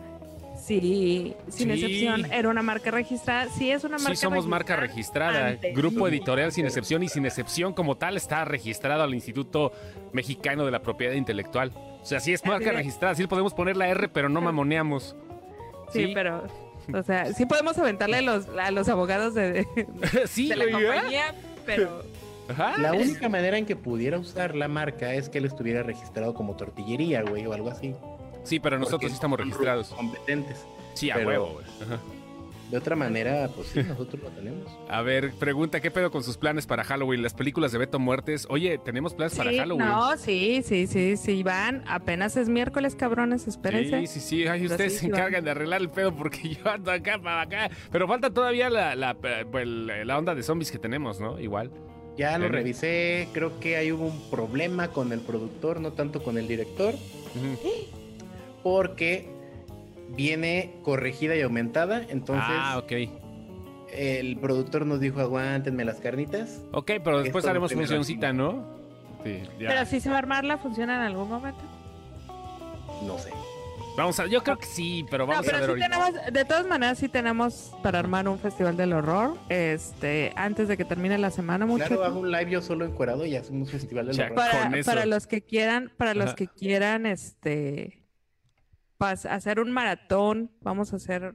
si, sin
Sí.
excepción, era una marca registrada. Si es una marca
Sí, somos marca
registrada,
registrada.
antes.
Grupo Editorial Sin Excepción y Sin Excepción como tal está registrado al Instituto Mexicano de la Propiedad Intelectual. O sea, sí es
Así
marca
de-
registrada, sí le podemos poner la R, pero no mamoneamos.
Sí, pero.
(laughs)
O sea, sí podemos aventarle los, a los abogados de, de
(laughs) sí,
la
oye,
compañía, pero
ajá.
La única manera en que pudiera usar la marca es que él estuviera registrado como tortillería, güey, o algo así.
Sí, pero nosotros
Porque
sí estamos
son
registrados.
Competentes.
Sí, a
pero-
huevo, güey. Ajá.
De otra manera, pues sí, nosotros lo tenemos.
A ver, pregunta, ¿qué pedo con sus planes para Halloween? Las películas de Beto Muertes. Oye, tenemos planes para
Sí,
Halloween.
No, sí, sí, sí, sí, van. Apenas es miércoles, cabrones, espérense.
Sí, sí, sí. Ay,
Pero
ustedes
sí,
se
sí van.
encargan de arreglar el pedo porque (laughs) yo ando acá para acá. Pero falta todavía la, la, eh, el- la onda de zombies que tenemos, ¿no? Igual.
Ya lo
Pero-
revisé, creo que ahí hubo un problema con el productor, no tanto con el director,
Ujú.
porque viene corregida y aumentada, entonces
ah, ok.
el productor nos dijo aguántenme las carnitas.
Ok, pero después
Esto
haremos
primero.
funcioncita, ¿no? Sí, ya.
Pero si se va a armar la función en algún momento.
No sé.
Vamos a, yo creo que sí, pero vamos
no,
a
pero
ver
sí
ahorita.
tenemos, de todas maneras, sí tenemos para armar un festival del horror. Este, antes de que termine la semana, mucho.
Claro, hago un live yo solo encuerado y hacemos un festival de
Ya,
horror.
para,
con eso.
para los que quieran, para los
Ajá.
que quieran, este, pas- hacer un maratón, vamos a hacer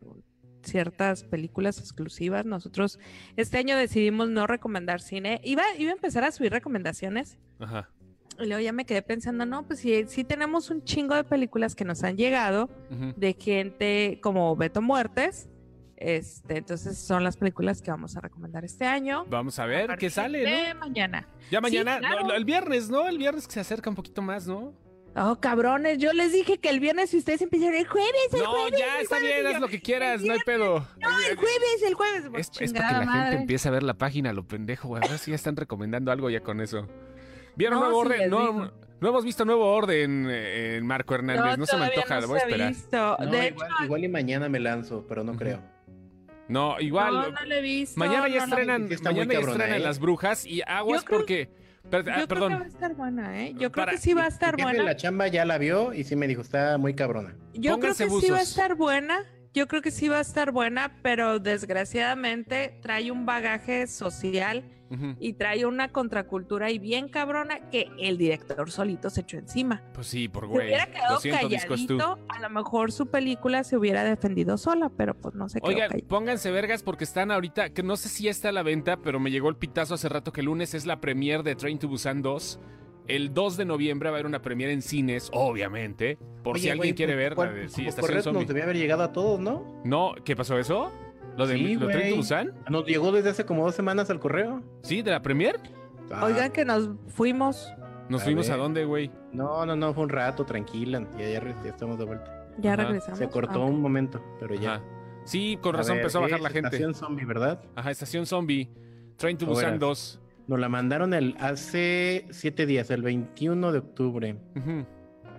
ciertas películas exclusivas. Nosotros este año decidimos no recomendar cine. Iba, iba a empezar a subir recomendaciones.
Ajá.
Y luego ya me quedé pensando, no, pues sí, sí tenemos un chingo de películas que nos han llegado
Ujú.
de gente como Beto Muertes. Este, entonces son las películas que vamos a recomendar este año.
Vamos a ver qué
partir
sale, ¿no?
de mañana.
Ya mañana,
claro.
no, no, el viernes, ¿no? El viernes que se acerca un poquito más, ¿no?
Oh, cabrones, yo les dije que el viernes y ustedes empiezan el jueves, el
No,
jueves.
ya
el
está
jueves",
bien,
y yo,
haz lo que quieras, no hay pedo.
No, el jueves, el jueves. Pues,
Es, es para
chingada
que la
madre.
gente empiece a ver la página, lo pendejo, güey. A ver si ya están recomendando algo ya con eso. ¿Vieron
No,
nuevo
sí,
orden?
les
No,
digo.
no hemos visto nuevo orden eh, en Marco Hernández. No, se me
todavía
antoja,
no
lo voy a
se ha
esperar.
visto.
No,
de
igual, igual y mañana me lanzo, pero no
Ujú.
creo.
No,
igual,
igual.
no, no lo he visto.
mañana ya ah,
no, no.
estrenan,
Sí está muy
mañana ya
cabrona,
estrenan
¿eh?
las brujas y aguas
Yo creo-
porque. Espérate,
Yo
ah,
creo que va a
perdón.
estar buena, ¿eh? Yo creo
Para-
que sí va a estar
Mi jefe de
buena.
la chamba ya la vio y sí me dijo, está muy cabrona.
Yo creo
Pónganse
que sí va a
buzos.
estar buena. Yo creo que sí va a estar buena, pero desgraciadamente trae un bagaje social
Ujú.
y trae una contracultura y bien cabrona que el director solito se echó encima.
Pues sí, por
Se
güey.
hubiera
Lo
quedado
siento, disco es tú.
calladito, a lo mejor su película se hubiera defendido sola, pero pues no se quedó
Oigan,
callado.
pónganse vergas porque están ahorita, que no sé si ya está a la venta, pero me llegó el pitazo hace rato que el lunes es la premier de Train to Busan 2. El 2 de noviembre va a haber una premier en cines, obviamente. Por si
Oye,
alguien
güey,
quiere
pues,
ver,
¿cuál-
la de- sí,
como
Estación
correcto,
Zombie.
nos debía haber llegado a todos, ¿no?
No, ¿qué pasó eso? ¿Lo de,
Sí,
lo de Train to
güey.
Busan?
Nos llegó desde hace como dos semanas al correo.
¿Sí? ¿De la premier?
Ah,
Oigan, que nos fuimos.
¿Nos
A
fuimos a
ver.
dónde, güey?
No, no, no, fue un rato, tranquila. Ya, ya, re- ya estamos de vuelta.
Ya
Ajá.
regresamos.
Se cortó
Ah,
un momento, pero ya.
Ajá. Sí, con
A
razón
ver,
empezó a bajar
es
la gente.
Estación zombie, ¿verdad?
Ajá, Estación Zombie, Train to
Ahora.
Busan 2.
Nos la mandaron el, hace siete días, el 21 de octubre.
Ujú,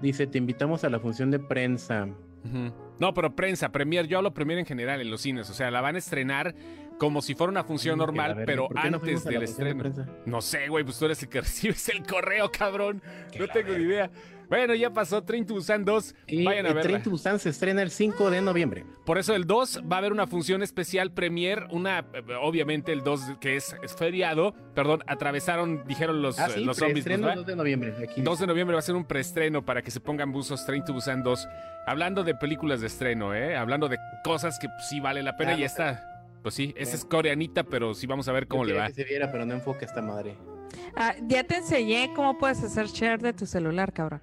Dice, te invitamos a la función de prensa.
ujú. No, pero prensa, premier, yo hablo premier en general en los cines, o sea, la van a estrenar como si fuera una función
A
normal,
ver,
pero
¿por qué no
antes
fuimos a la
del
función de
estreno.
prensa?
No sé, güey, pues tú eres el que (laughs) recibes el correo, cabrón.
Que
No
la
tengo ni
verga.
idea. Bueno, ya pasó Train to Busan 2.
Y
Vayan a
el
verla.
Train to Busan se estrena el 5 de noviembre.
Por eso el 2 va a haber una función especial premier, una eh, obviamente el 2 que es, es feriado, perdón, atravesaron, dijeron los,
Ah,
eh,
sí,
los zombies,
preestreno
¿verdad?
2 de noviembre. Aquí
2 de noviembre va a ser un preestreno para que se pongan buzos Train to Busan 2. Hablando de películas de estreno, ¿eh? Hablando de cosas que sí vale la pena
Ah,
y
no
está. Pues sí, esa es coreanita, pero sí vamos a ver
Yo
cómo le
quería
va.
que se viera, pero no enfoca esta madre.
ah, ya te enseñé cómo puedes hacer share de tu celular, cabrón.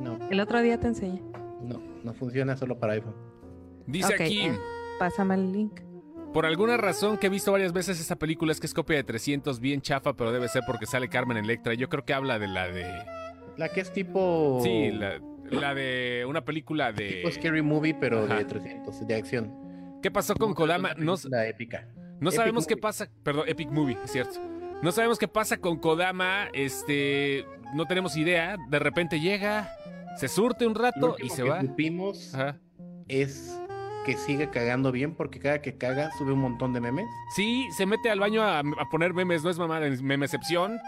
No,
El otro día te enseñé.
no, no funciona solo para iPhone.
Dice
Ok,
aquí,
eh. Pásame el link.
por alguna razón que he visto varias veces esta película es que es copia de 300, bien chafa, pero debe ser porque sale Carmen Electra. Yo creo que habla de la de...
La que es tipo.
Sí, la, la de una película de...
Tipo Scary Movie, pero
Ajá.
de 300, de acción.
¿Qué pasó con Kodama? No,
La épica.
no
Epic
sabemos qué
Movie.
pasa. Perdón, Epic Movie, es cierto. No sabemos qué pasa con Kodama. Este. No tenemos idea. De repente llega. Se surte un
Lo
rato
último
y se
que
va.
supimos
Ajá.
es que sigue cagando bien porque cada que caga sube un montón de memes.
Sí, se mete al baño a, a poner memes, no es mamada, es memecepción.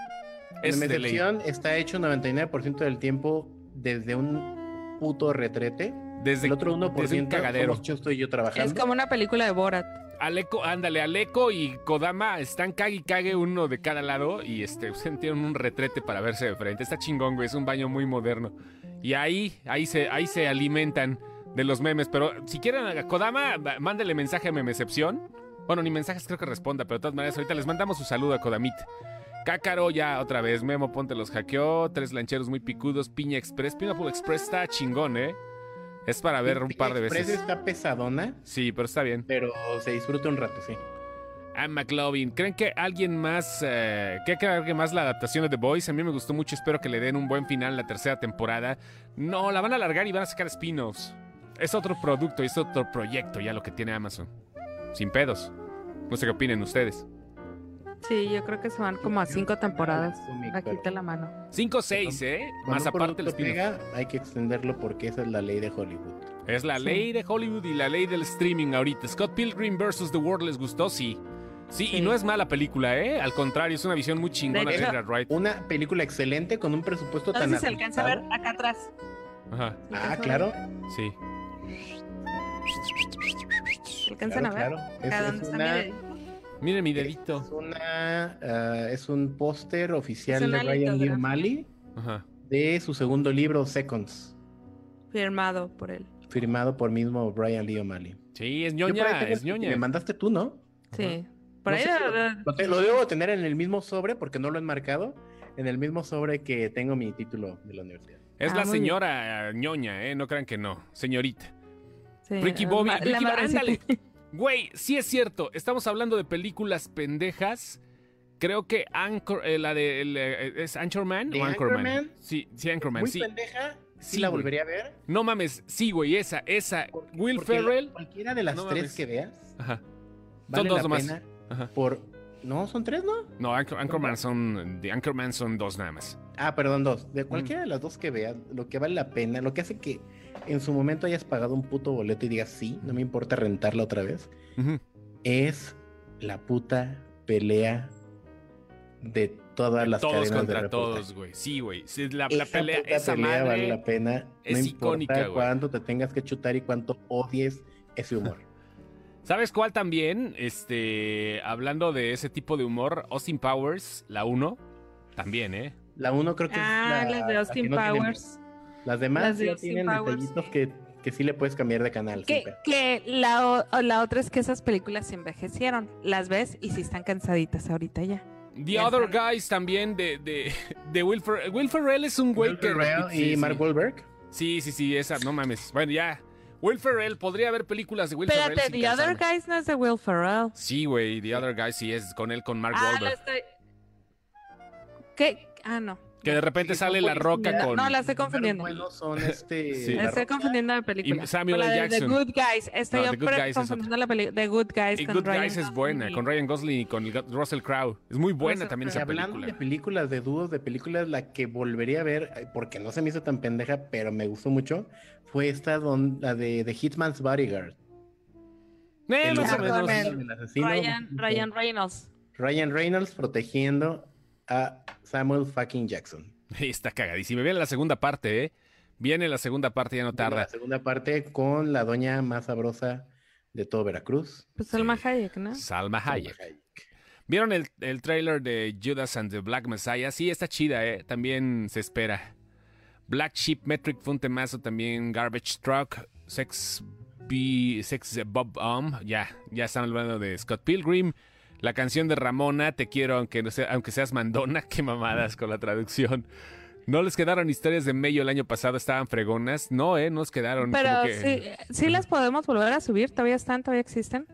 Es de ley.
Memecepción está hecho 99% del tiempo desde un puto retrete.
Desde
El otro 1%
desde un cagadero.
somos Chusto y yo
Es
trabajando.
como una película de Borat.
Aleco, ándale, Aleco y Kodama están cague y cague uno de cada lado y este, (laughs) se tienen un retrete para verse de frente. Está chingón, güey, es un baño muy moderno. Y ahí, ahí se, ahí se alimentan de los memes. Pero si quieren, a Kodama, va- mándele mensaje a Memecepción. Bueno, ni mensajes creo que responda, pero de todas maneras, ahorita les mandamos su saludo a Kodamit. Cácaro ya otra vez, Memo Ponte los hackeó, tres lancheros muy picudos, Piña Express. Pineapple Express está chingón, ¿eh? Es para ver un par de
Express
veces.
está pesadona,
Sí, pero está bien.
pero se disfruta un rato, sí.
A McLovin. ¿Creen que alguien más... Eh, ¿Qué que alguien más la adaptación de The Boys? A mí me gustó mucho, espero que le den un buen final la tercera temporada. No, la van a alargar y van a sacar spin-offs. Es otro producto, es otro proyecto ya lo que tiene Amazon. Sin pedos. No sé qué opinen ustedes.
Sí, yo creo que se van como a cinco temporadas.
Cómic,
Aquí
pero
te la mano.
5 o 6, ¿eh?
cuando
Más
un
aparte el
producto
spin-off.
pega, hay que extenderlo porque esa es la ley de Hollywood.
Es la
Sí.
ley de Hollywood y la ley del streaming ahorita. Scott Pilgrim vs. The World les gustó, sí. sí. y
Sí.
no es mala película, ¿eh? Al contrario, es una visión muy chingona de
hecho-
Edgar Wright.
Una película excelente con un presupuesto
No
tan
sé si se alcanza a ver
ajustado.
acá atrás.
Ajá,
¿Se alcanza a
Ah,
ver?
claro.
sí.
¿Se alcanzan
claro,
a ver?
claro.
Acá
Es,
donde
es
está mi
una,
dedito.
Miren mi
es
dedito.
una, ah, es un póster oficial
Es
de
una
Ryan Lee
litografía.
O'Malley
Ajá.
de su segundo libro, Seconds,
Firmado por él.
firmado por mismo Brian Lee O'Malley.
Sí, es
Yo por ahí
ñoña,
tengo
es
el que Me
ñoña.
mandaste tú, ¿no?
Sí. Por
No
ahí.
sé si
eh,
Lo, te- lo debo tener en el mismo sobre porque no lo han marcado. En el mismo sobre que tengo mi título de la universidad.
Es
Ah,
la
muy bien.
señora eh, ñoña, ¿eh? No crean que no. Señorita.
sí,
Ricky
la
Bobby.
ma-
Ricky
la
Bobby,
madrecita.
ándale. Güey, sí es cierto. Estamos hablando de películas pendejas. Creo que Anchor, eh, la de el, eh, es Anchorman
¿De
o Anchorman.
Anchorman?
Sí, sí Anchorman,
Muy
sí.
pendeja, sí,
Sí,
la
güey.
volvería a ver.
No mames, sí, güey, esa, esa.
por-
Will
porque la-
Ferrell.
Cualquiera de las
No
tres
mames.
que veas
Ajá.
vale
dos
la
nomás.
pena
Ajá.
por... No, son tres, ¿no?
No, Anchor- Anchorman son de Anchorman son dos nada más.
Ah, perdón, dos.
Mm.
De cualquiera de las dos que veas, lo que vale la pena, lo que hace que en su momento hayas pagado un puto boleto y digas, sí, no me importa rentarla otra vez,
Ujú.
es la puta pelea de todas las
Todos
cadenas de
contra
reportaje.
todos, güey. Sí, güey. Sí, la, la
Esa
pelea,
puta
esa
pelea
madre.
vale la pena.
es
no
icónica,
importa
güey.
cuánto te tengas que chutar y cuánto odies ese humor.
¿Sabes cuál también? Este, hablando de ese tipo de humor, Austin Powers, la 1, también, ¿eh?
La uno creo que
Ah,
es la,
las de
la
Austin
que no tiene-
Powers.
las demás
Las de
sí
Austin
tienen
Powers,
detallitos
sí.
que, que sí le puedes cambiar de canal. sin
Que,
pedo.
que la, o- la otra es que esas películas se envejecieron. Las ves y si están cansaditas ahorita ya.
The
Ya
Other
está.
Guys también de, de, (laughs) de Will Ferrell. Will Ferrell es un güey
Will
que...
Ferrell
repite-
y
sí,
Mark
sí.
Wahlberg.
sí, sí, sí, esa, no mames. Bueno, ya. Will Ferrell, podría haber películas de Will
Espérate,
Ferrell sin
The Other
cansarme.
Guys no es de Will Ferrell.
Sí, güey, The Other Guy sí es con él, con Mark
Ah, la
Wahlberg.
estoy. ¿Qué? Ah, no.
Que de repente
Sí,
sale
son
La Roca
buenísimas.
con...
No, la estoy
Los primeros
confundiendo.
buenos son (laughs) este.
Sí.
La
La estoy
Roca.
confundiendo la película.
Y Samuel
Con la
L.
de The
Jackson.
Good Guys. Estoy
No,
yo
The Good
pre-
Guys es
confundiendo la película The Good Guys
Y
con
Good
Ryan
Guys es
Gosling
buena,
y-
con Ryan Gosling y con el ga- Russell Crowe. Es muy buena
Russell
también
Y
esa
Crowe.
hablando
película.
de películas, de dúos, de películas, la que volvería a ver, eh, porque no se me hizo tan pendeja, pero me gustó mucho, fue esta, don, la de, de Hitman's Bodyguard.
Eh,
El
más o
hombre
menos.
Batman.
del asesino.
Ryan, Ryan Reynolds.
Ryan Reynolds protegiendo a Samuel fucking Jackson.
(laughs) Está cagadísima. Viene la segunda parte, ¿eh? Viene la segunda parte, ya no
La
tarda.
segunda parte con la doña más sabrosa de todo Veracruz.
Pues Salma
Sí.
Hayek, ¿no?
Salma Hayek.
Salma Hayek.
¿Vieron el, el trailer de Judas and the Black Messiah? Sí, está chida, ¿eh? También se espera. Black Sheep Metric fue un temazo también. Garbage Truck, Sex B, Sex Bob Um. Ya, ya están hablando de Scott Pilgrim. La canción de Ramona, Te quiero aunque, no sea- aunque seas mandona. (laughs) Qué mamadas con la traducción. No les quedaron historias de Mayo el año pasado, estaban fregonas. No, ¿eh? No nos quedaron. como
Pero
que-
sí, sí las podemos volver a subir. Todavía están, todavía existen.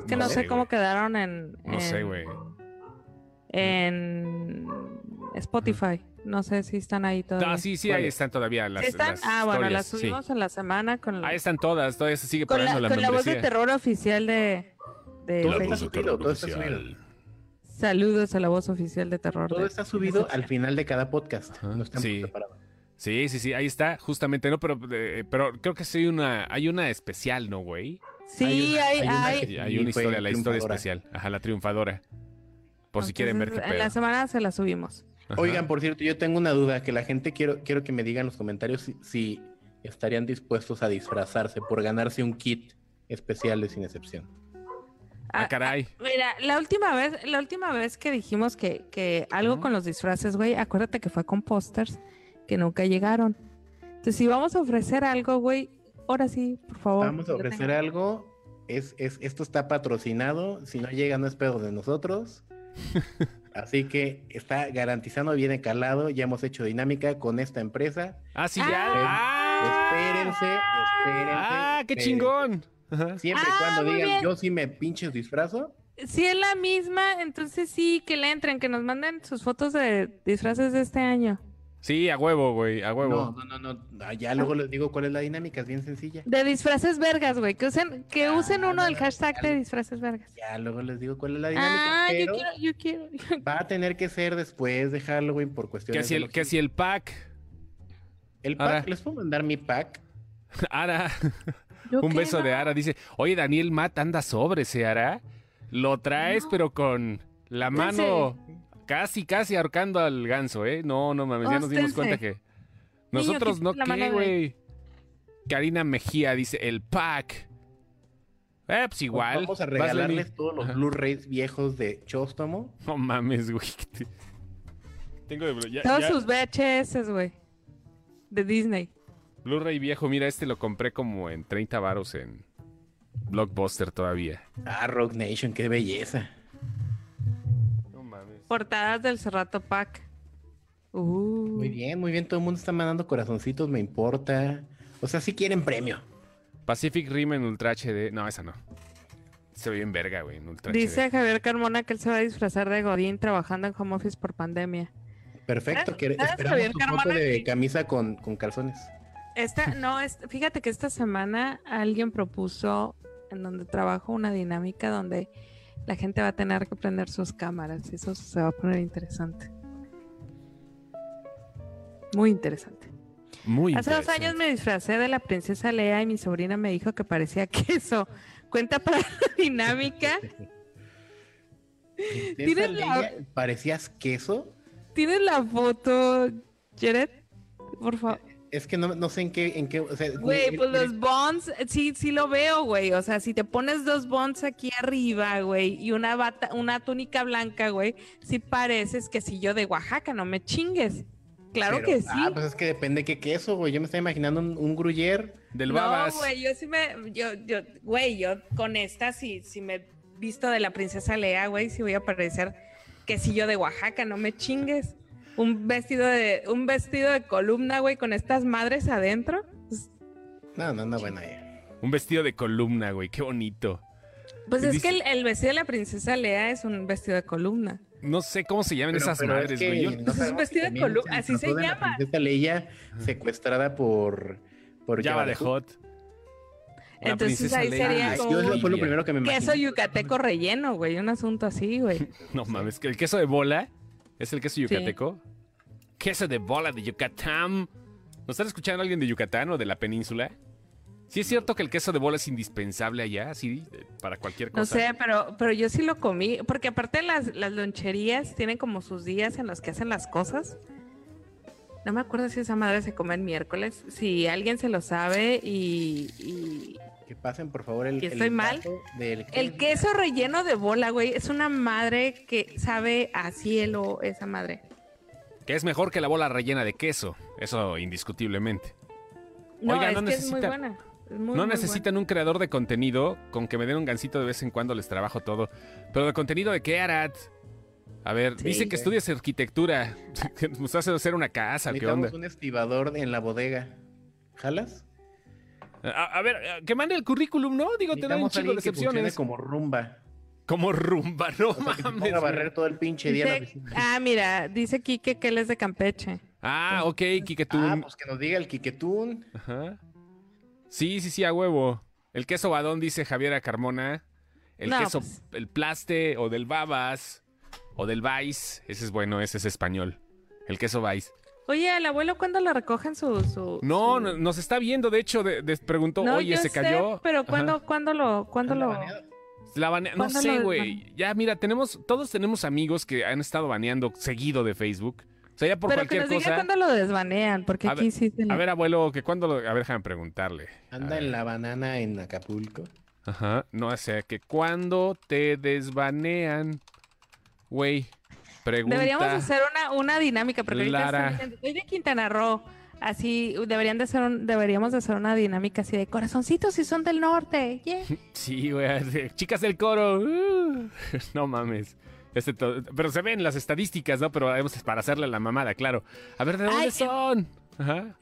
Es que no, sé cómo
güey.
quedaron en.
No sé,
en-
güey.
En Spotify. No sé si están ahí todavía.
No, Ah, sí, sí, ahí
¿Cuáles?
están todavía
¿Sí
las.
están?
las
ah, bueno,
historias,
las
sí. Ah,
subimos en la semana con la,
Ahí están todas, todavía se sigue
con la-
pagando la,
con la voz de
membresía.
terror oficial de, de
Todo
La
Facebook.
voz de terror
todo está subido.
oficial.
Saludos a la voz oficial de terror.
Todo
de-
está subido al final de cada podcast.
Ajá.
No estamos
Sí.
separados.
Sí, sí, sí, ahí está, justamente, ¿no? Pero, eh, pero creo que sí hay una, hay una especial, ¿no, güey?
Sí, hay,
una-
hay,
que
Y Hay
sí
una
fue
historia, la historia
triunfadora.
especial. Ajá, la triunfadora. Por si quieren ver qué
Entonces, eh, En
pedo.
la semana se la subimos.
Ajá.
Oigan, pues, por cierto, yo tengo una duda que la gente quiero, quiero que me digan en los comentarios si, si estarían dispuestos a disfrazarse por ganarse un kit especial de sin excepción.
Ah,
Ah,
caray.
Mira, la última vez, la última vez que dijimos que, que algo
Ujú.
con los disfraces, güey, acuérdate que fue con pósters que nunca llegaron. Entonces, si vamos a ofrecer algo, güey, ahora sí, por favor.
Vamos a
Oh, yo tengo-
ofrecer algo. Es, es, esto está patrocinado. Si no llega, no es pedo de
(laughs)
nosotros. Así que está garantizado, viene calado. Ya hemos hecho dinámica con esta empresa.
Ah, sí, ya.
Ah,
Ah,
Espérense, espérense.
Ah, qué
espérense.
chingón. Ajá.
Siempre y
Ah,
cuando
muy
digan,
bien.
yo sí me pinches disfrazo.
Si es la misma, entonces sí, que le entren, que nos manden sus fotos de disfraces de este año.
Sí, a huevo, güey, a huevo.
No, no, no, no. Ah, Ya luego les digo cuál es la dinámica. Es bien sencilla.
De disfraces vergas, güey, que usen, que usen uno del
Ah,
hashtag de
dale.
disfraces vergas.
Ya luego les digo cuál es la dinámica.
Ah, yo
pero
quiero, yo quiero.
va a tener que ser después de Halloween por
que
cuestiones.
si
de
el, que
logística.
si el pack. (laughs)
El pack,
Ahora-
les puedo mandar mi pack.
Ara,
Yo
un beso
quiero.
de Ara. Dice, oye, Daniel Matt anda sobre ese Ara. Lo traes, pero con la mano casi, casi ahorcando al ganso, ¿eh? No, no mames, ya nos dimos cuenta
Óstense.
que... Nosotros
quítate la
no,
mano
¿qué,
de-
güey? Karina Mejía dice, el pack. Eh, pues igual.
Vamos a
vas, Lenny.
regalarles todos los
Ajá.
Blu-rays viejos de Chóstomo.
(laughs) No mames, güey. (laughs) que te- Tengo de ya-
Todos
ya-
sus VHS, güey. De Disney.
Blu-ray viejo. Mira, este lo compré como en 30 varos en Blockbuster todavía.
Ah, Rock Nation, qué belleza.
No mames.
Portadas del Cerrato Pack. Uh.
Muy bien, muy bien. Todo el mundo está mandando corazoncitos, me importa. O sea, si quieren premio.
Pacific Rim en Ultra HD. No, esa no. Se ve bien verga, güey, en Ultra
Dice Javier Carmona que él se va a disfrazar de Godín trabajando en home office por pandemia.
Perfecto,
¿Sabes-
que
sabes,
esperamos
Javier
tu foto
Carmona,
de
que-
camisa con, con calzones.
(laughs)
(laughs)
Esta, no, es, fíjate que esta semana alguien propuso en donde trabajo una dinámica donde la gente va a tener que prender sus cámaras. Eso se va a poner interesante. Muy interesante.
HD. Muy
Hace dos años me disfracé de la princesa Lea y mi sobrina me dijo que parecía (laughs) queso. Cuenta para la dinámica.
De
Tienes
esa
la-
leña, ¿Parecías queso?
¿Tienes la foto, Jared? Por favor.
Es que no, no sé en qué... En qué o sea,
Güey,
ni-
pues
ni-
los bonds, sí, sí lo veo, güey. O sea, si te pones dos bonds aquí arriba, güey, y una bata, una túnica blanca, güey, sí pareces que si yo de Oaxaca, no me chingues. Claro
Pero-
que sí.
Ah, pues es que depende qué queso, güey. Yo me estaba imaginando un, un gruyer.
Del
no,
Babas.
güey, yo sí me, yo, yo, güey, yo con esta, si, si me visto de la princesa Lea, güey, sí voy a parecer que si yo de Oaxaca, no me chingues. Un vestido de, un vestido de columna, güey, con estas madres adentro. Pues,
No, no, no, bueno. ya.
Un vestido de columna, güey. Qué bonito.
pues es
Dice-
que el, el vestido de la princesa Lea es un vestido de columna.
No sé cómo se llaman
Pero-
esas
pero
madres,
es que
güey. Yo-
no
Pues Es
sabemos
vestido
si
de
también
colu- así
disfrazó
se
de la
llama.
princesa Leia secuestrada por... por
Ya va
Jabba
de
the Hutt.
hot. La
Entonces,
princesa
ahí
Leia.
sería
Ah,
como
yo eso
un
fue lo primero que me imaginé.
Queso yucateco relleno, güey, un asunto así, güey.
No mames, que el queso de bola es el queso yucateco. Queso de bola de Yucatán. ¿Nos están escuchando alguien de Yucatán o de la península? Sí es cierto que el queso de bola es indispensable allá, sí, eh, para cualquier cosa.
No sé, pero, pero yo sí lo comí, porque aparte las, las loncherías tienen como sus días en los que hacen las cosas. No me acuerdo si esa madre se come el miércoles, si alguien se lo sabe y... y-
Que pasen, por favor, el,
¿Que
el
estoy mal?
dato del
El queso relleno de bola, güey, es una madre que sabe a cielo esa madre.
Que es mejor que la bola rellena de queso, eso indiscutiblemente.
No,
Oiga,
es
no
que es muy
necesita-
buena. es muy,
no
muy
necesitan un creador de contenido, con que me den un gancito de vez en cuando les trabajo todo. Pero de contenido de qué, Arad? A ver,
Sí,
dice que
güey.
estudias arquitectura, (laughs) que nos hace hacer una casa, ¿qué onda?
Necesitamos un estibador en la bodega. ¿Jalas?
A, a ver, eh, que mande el currículum, ¿no? Digo, te dan un
Necesitamos
chico de
alguien que funcione
excepciones. Como...
como rumba.
rumba, no
O sea, que se
mames.
ponga a barrer todo el pinche día en la
Dice-
oficina.
ah, mira, dice Quique que él es de Campeche.
Ah, ok,
Ah,
Kiketun.
pues que nos diga el Quiquetún.
Ajá. Sí, sí, sí, a huevo. El queso badón, dice Javiera Carmona. El
No,
queso,
pues.
el plaste, o del babas, o del vice. Ese es bueno, ese es español. El queso vice.
Oye, ¿el abuelo cuándo la recogen su...? su
No,
su-
no- nos está viendo, de hecho, de, de- preguntó,
No,
oye,
yo
se
sé,
cayó.
pero
Ajá.
¿cuándo, ¿cuándo lo...? ¿Cuándo
¿La
lo...?
banearon?
La banea- No
¿Cuándo
sé,
lo
güey. Ya, mira, tenemos, todos tenemos amigos que han estado baneando seguido de Facebook. O sea, ya por
pero que
cualquier
nos diga
cosa.
cuándo lo desbanean, porque
A
aquí
ver,
sí se le...
A ver, abuelo, que cuando lo... A ver, déjame preguntarle. A
Anda
ver.
en la banana en Acapulco.
Ajá. No, o sea, que cuando te desbanean, güey, pregunta.
Deberíamos hacer una, una dinámica, porque ahorita
Lara.
están diciendo, soy de Quintana Roo. Así, deberían de hacer un- deberíamos de hacer una dinámica así de corazoncitos si son del norte.
(laughs)
yeah".
Sí, güey, así, chicas del coro. uh, (laughs) no mames. Este to- Pero se ven las estadísticas, ¿no? Pero vamos para hacerle la mamada, claro. A ver, ¿de dónde
Ay, eh.
son? Ajá.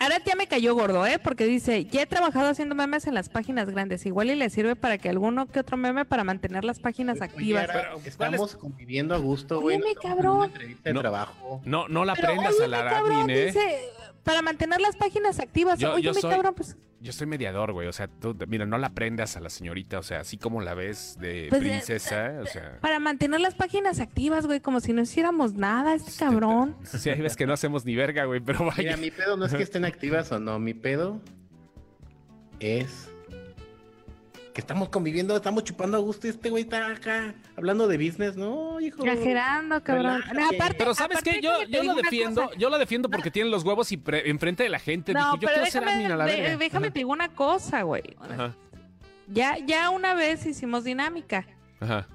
Ahora ya me cayó gordo, ¿eh? Porque dice, ya he trabajado haciendo memes en las páginas grandes. Igual y le sirve para que alguno que otro meme para mantener las páginas
Oye,
activas.
Ara,
Pero, ¿cuál
estamos conviviendo a gusto, güey.
Óyeme,
no estamos en
cabrón.
Una entrevista de
No.
trabajo.
No, no la
Pero,
prendas a
óyeme,
la
cabrón,
admin, ¿eh?
dice, para mantener las páginas activas.
Yo-
Oye,
yo soy-
cabrón, pues,
Yo soy mediador, güey. O sea, tú, mira, no la prendas a la señorita. O sea, así como la ves de
Pues, eh,
princesa. O sea.
para mantener las páginas activas, güey, como si no hiciéramos nada, este cabrón.
Sí, ahí ves que no hacemos ni verga, güey, pero
Mira,
vaya.
mi pedo no es que estén activas o no, mi pedo es que estamos conviviendo, estamos chupando a gusto y este güey está acá hablando de business, ¿no, hijo?
Exagerando, cabrón.
Relájate.
No, aparte,
Pero ¿sabes
aparte,
qué? Yo,
déjame te
yo
digo
lo
una
defiendo,
cosa.
yo lo defiendo porque tienen los huevos y pre- enfrente de la gente.
No,
Dije, yo
pero
quiero ser
déjame,
admin a la
de-
verga.
déjame te digo una cosa, güey.
Ajá,
Ya, ya una vez hicimos dinámica.
ajá.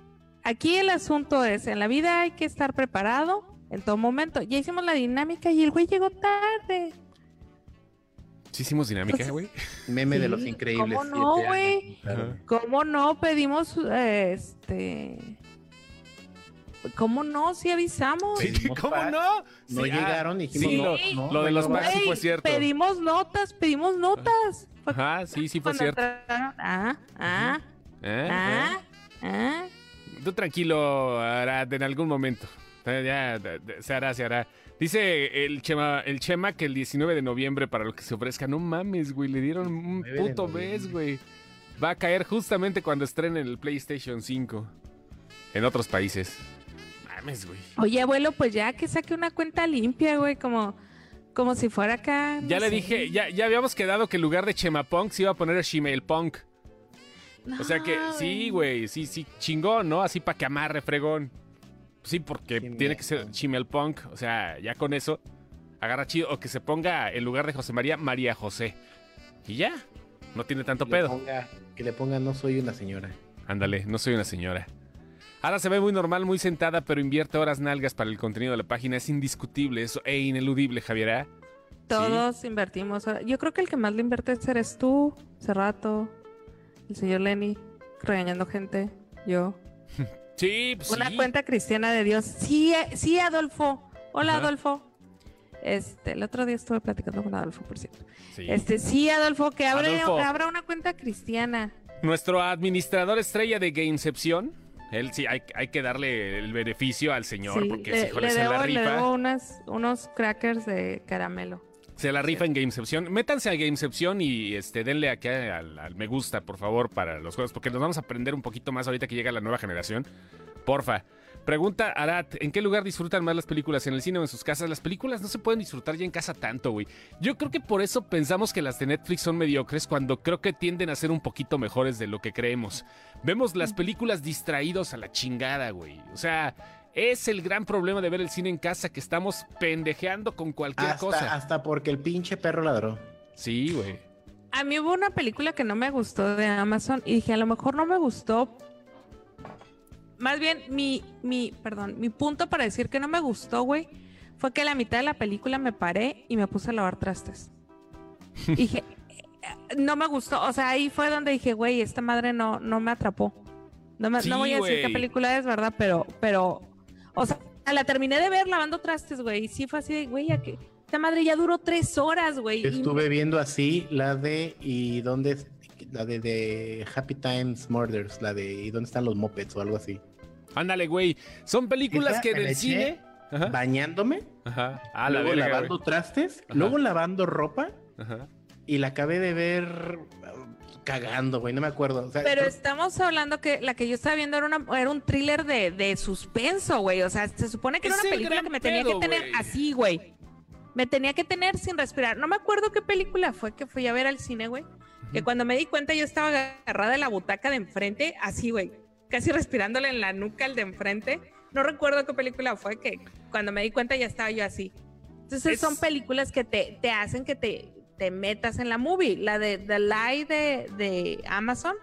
Aquí el asunto es, en la vida hay que estar preparado en todo momento. Ya hicimos la dinámica y el güey llegó tarde.
Sí hicimos dinámica,
Entonces-
güey.
Meme de los
Sí,
increíbles.
¿cómo no,
siete años,
güey?
claro.
Ajá.
¿Cómo no pedimos, eh, este... ¿Cómo no? Si
(laughs)
avisamos.
Sí,
Pedimos
¿Cómo
packs,
no?
No
Sí, ah,
llegaron, dijimos
sí,
no,
lo-
no,
lo de los
no,
packs sí
Güey,
fue cierto.
Pedimos notas, pedimos notas. Fue
Ajá, sí, sí fue
cuando
cierto.
entraron. Ah, ah,
¿Eh?
ah, ah.
Tú tranquilo, Arad, en algún momento. Eh, Ya, de- de- se hará, se hará. Dice el Chema, el Chema que el 19 de noviembre para lo que se ofrezca. No mames, güey, le dieron un
19 de
puto mes, güey. Va a caer justamente cuando estrenen el PlayStation 5. En otros países. Mames, güey.
Oye, abuelo, pues ya que saque una cuenta limpia, güey, como, como si fuera acá. no
Ya le
sé.
dije, ya, ya habíamos quedado que en lugar de Chema Punk se iba a poner el Shimel Punk. O sea que,
No,
sí, güey, sí, sí, chingón, ¿no? Así para que amarre, fregón. Sí, porque
Chimel
tiene que ser
punk.
Chimel Punk, o sea, ya con eso, agarra chido, o que se ponga en lugar de José María, María José. Y ya, no tiene tanto
que le
pedo.
ponga- que le ponga no soy una señora.
Ándale, no soy una señora. Ahora se ve muy normal, muy sentada, pero invierte horas nalgas para el contenido de la página. Es indiscutible eso, e ineludible, Javier.
Todos invertimos. ahora. Yo creo que el que más le invierte eres tú, Cerrato, el señor Lenny, regañando gente, yo.
Sí, pues
Una
sí.
cuenta cristiana de Dios. Sí, eh, sí, Adolfo. Hola,
Ajá.
Adolfo. Este, el otro día estuve platicando con Adolfo, por cierto.
Sí.
Este, sí, Adolfo, que abra,
Adolfo.
que abra una cuenta cristiana.
Nuestro administrador estrella de Gamecepción. Él sí, hay, hay que darle el beneficio al señor,
Sí,
porque
le,
híjole,
le
se la
debo, le
rifa.
debo unas, unos crackers de caramelo.
Se la rifa en Gamecepción. Métanse a Gamecepción y este, denle aquí al, al me gusta, por favor, para los juegos, porque nos vamos a aprender un poquito más ahorita que llega la nueva generación. Porfa. Pregunta Arat, ¿en qué lugar disfrutan más las películas? ¿En el cine o en sus casas? Las películas no se pueden disfrutar ya en casa tanto, güey. Yo creo que por eso pensamos que las de Netflix son mediocres cuando creo que tienden a ser un poquito mejores de lo que creemos. Vemos las películas distraídos a la chingada, güey. O sea, es el gran problema de ver el cine en casa que estamos pendejeando con cualquier cosa.
Hasta, hasta porque el pinche perro ladró.
Sí, güey.
A mí hubo una película que no me gustó de Amazon y dije, a lo mejor no me gustó. Más bien, mi, mi, perdón, mi punto para decir que no me gustó, güey, fue que a la mitad de la película me paré y me puse a lavar
(laughs)
trastes. Y dije, "Eh, no me gustó. O sea, ahí fue donde dije, güey, esta madre no, no me atrapó. No, me,
Sí,
no voy a decir
güey.
qué película es, ¿verdad? Pero, pero, o sea, la terminé de ver lavando trastes, güey. Y sí fue así de, güey, ¿a qué? Esta madre ya duró tres horas, güey.
Yo
y-
estuve viendo así la de y dónde es- la de, de Happy Times Murders, la de y dónde están los mopeds o algo así.
Ándale, güey. Son películas
Esa
que
me la
del
eché
cine. Ajá.
Bañándome,
Ajá. Ah, la
luego
verga,
lavando
güey.
trastes,
Ajá.
luego lavando ropa
Ajá.
y la acabé de ver uh, cagando, güey, no me acuerdo. O sea,
Pero estamos hablando que la que yo estaba viendo era, una, era un thriller de, de suspenso, güey. O sea, se supone que era
Es
una
el
película
gran
que me tenía
pedo,
que tener
güey.
así, güey. Me tenía que tener sin respirar. No me acuerdo qué película fue que fui a ver al cine, güey. Que cuando me di cuenta yo estaba agarrada de la butaca de enfrente, así, güey. Casi respirándole en la nuca al de enfrente. No recuerdo qué película fue que cuando me di cuenta ya estaba yo así. Entonces
Es-
son películas que te, te hacen que te, te metas en la movie. La de The Lie de, de Amazon.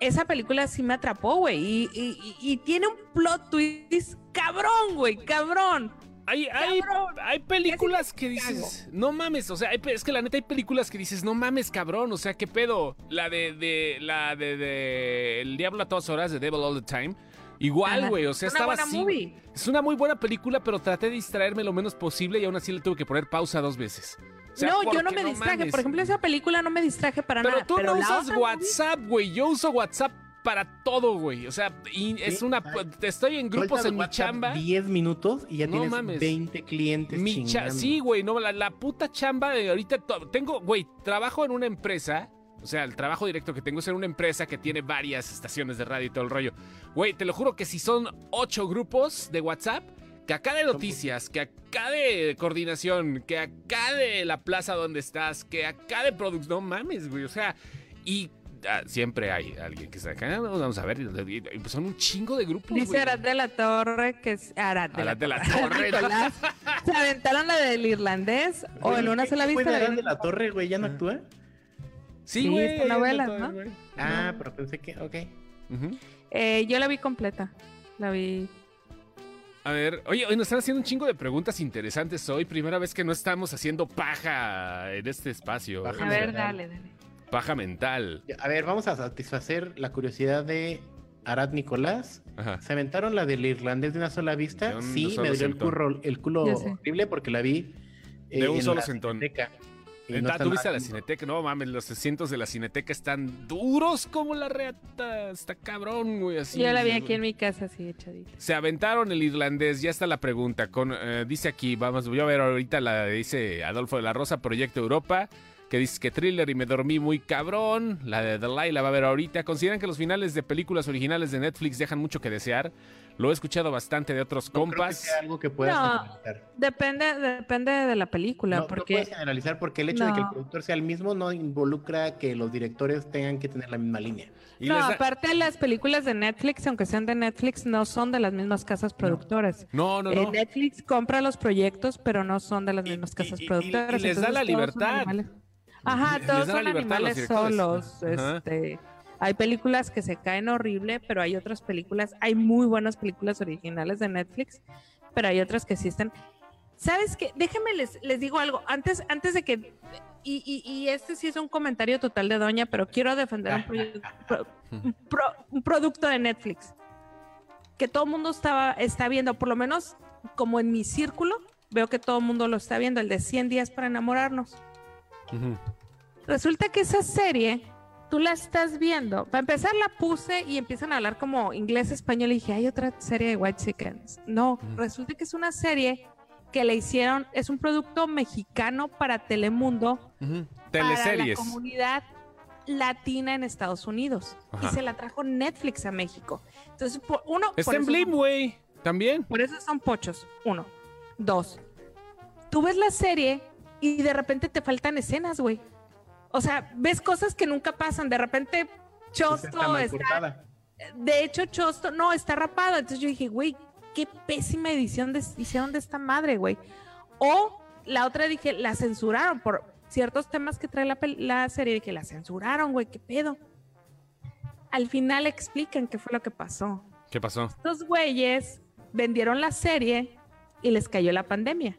Esa película sí me atrapó, güey. Y, y- y- y tiene un plot twist cabrón, güey. Cabrón.
Hay, hay,
Cabrón,
hay películas que dices, no mames, o sea, hay pe- es que la neta hay películas que dices, no mames, cabrón, o sea, qué pedo. La de, de la de, de El Diablo a todas horas, de Devil All the Time. Igual,
Ajá.
güey, o sea,
Una
estaba
buena
así.
movie.
Es una muy buena película, pero traté de distraerme lo menos posible y aún así le tuve que poner pausa dos veces. O sea,
no, yo no
porque
me distraje.
mames.
Por ejemplo, esa película no me distraje para
Pero
nada.
tú no
la
usas
otra
WhatsApp, güey. Yo uso WhatsApp para todo, güey. O sea, y es
Sí,
una.
ay.
Estoy en grupos
Sueltas
en mi
WhatsApp
chamba.
10 minutos y ya
No
tienes
mames.
20 clientes
Mi cha-
chingando.
sí, güey, no, la, la puta chamba de ahorita. to- Tengo, güey, trabajo en una empresa. O sea, el trabajo directo que tengo es en una empresa que tiene varias estaciones de radio y todo el rollo. Güey, te lo juro que si son ocho grupos de WhatsApp, que acá de noticias, que acá de coordinación, que acá de la plaza donde estás, que acá de productos. No mames, güey, o sea, y. ah, siempre hay alguien que está acá. Vamos a ver. y- y- y son un chingo de grupos.
Dice
güey.
Arad de la Torre que es Arad de,
Arad
la,
de
(laughs)
la Torre.
Nicolás. Se aventaron la del irlandés o
Güey,
Oh, en una
¿qué-
sola
qué fue
vista.
de
la
Adán
vi-
de la Torre, güey? ¿Ya no actúa?
Sí,
Sí,
güey.
son
ahí anda
novelas,
todo,
¿no?
güey.
Ah, pero pensé que... Ok.
Ujú.
Eh, yo la vi completa. La vi.
A ver, oye, hoy nos están haciendo un chingo de preguntas interesantes hoy. Primera vez que no estamos haciendo paja en este espacio.
Paja
A
O sea,
mental.
ver, dale, dale.
Paja mental.
A ver, vamos a satisfacer la curiosidad de Arad Nicolás.
Ajá.
¿Se aventaron la del irlandés de una sola vista?
De un
sí,
solo
me dio el,
sentón.
curro- el culo
Ya sé.
horrible porque la vi... eh,
De un
en
solo
la
sentón.
Cineteca. Y no
Ah,
está
¿Tú viste
nada-
la Cineteca? No mames, los asientos de la Cineteca están duros como la reata. Está cabrón, güey. Así,
yo la vi aquí en mi casa, así echadita.
Se aventaron el irlandés, ya está la pregunta. Con, eh, dice aquí, vamos, voy a ver ahorita la dice Adolfo de la Rosa, Proyecto Europa, que dice que thriller y me dormí muy cabrón. La de The Lie la va a ver ahorita. ¿Consideran que los finales de películas originales de Netflix dejan mucho que desear? Lo he escuchado bastante de otros
No creo que
compas.
sea algo que puedas
No.
generalizar.
Depende, depende de la película,
No, no
porque
puedes generalizar porque el hecho de que el
No.
productor sea el mismo no involucra que los directores tengan que tener la misma línea.
Y
no,
les da-
aparte las películas de Netflix, aunque sean de Netflix, no son de las mismas casas productoras.
no, no,
Eh,
no.
Netflix compra los proyectos, pero no son de las
Y-
mismas
y-
casas
y- y-
productoras.
y les da la
entonces todos son
libertad.
animales. Ajá,
Les
todos
da la
son
libertad a los
animales
directores.
solos.
Ajá.
Este, hay películas que se caen horrible, pero hay otras películas, hay muy buenas películas originales de Netflix, pero hay otras que sí están. ¿Sabes qué? Déjenme les, les digo algo. Antes, antes de que. Y, y- y este sí es un comentario total de Doña, pero quiero defender un, proye-
(laughs)
pro- un pro- un producto de Netflix que todo el mundo estaba, está viendo, por lo menos como en mi círculo, veo que todo el mundo lo está viendo, el de 100 días para enamorarnos.
Ujú.
Resulta que esa serie, tú la estás viendo. Para empezar, la puse y empiezan a hablar como inglés, español. Y dije, hay otra serie de White Chickens. No,
Ujú.
resulta que es una serie que le hicieron, es un producto mexicano para Telemundo,
Ujú.
para la
Teleseries.
comunidad latina en Estados Unidos.
Ajá.
Y se la trajo Netflix a México. Entonces, por, uno.
Está
por
en
eso-
Blim, güey. También.
por eso son pochos. Uno. Dos. Tú ves la serie y de repente te faltan escenas, güey. O sea, ves cosas que nunca pasan. De repente
Entonces, está
Chosto
mal
está.
cortada.
de hecho, Chosto no está rapado. Entonces yo dije, güey, qué pésima edición de, hicieron de esta madre, güey. O la otra dije, la censuraron por ciertos temas que trae la, pel- la serie. Dije, la censuraron, güey, qué pedo. Al final explican qué fue lo que pasó
¿Qué pasó?
estos güeyes vendieron la serie y les cayó la pandemia.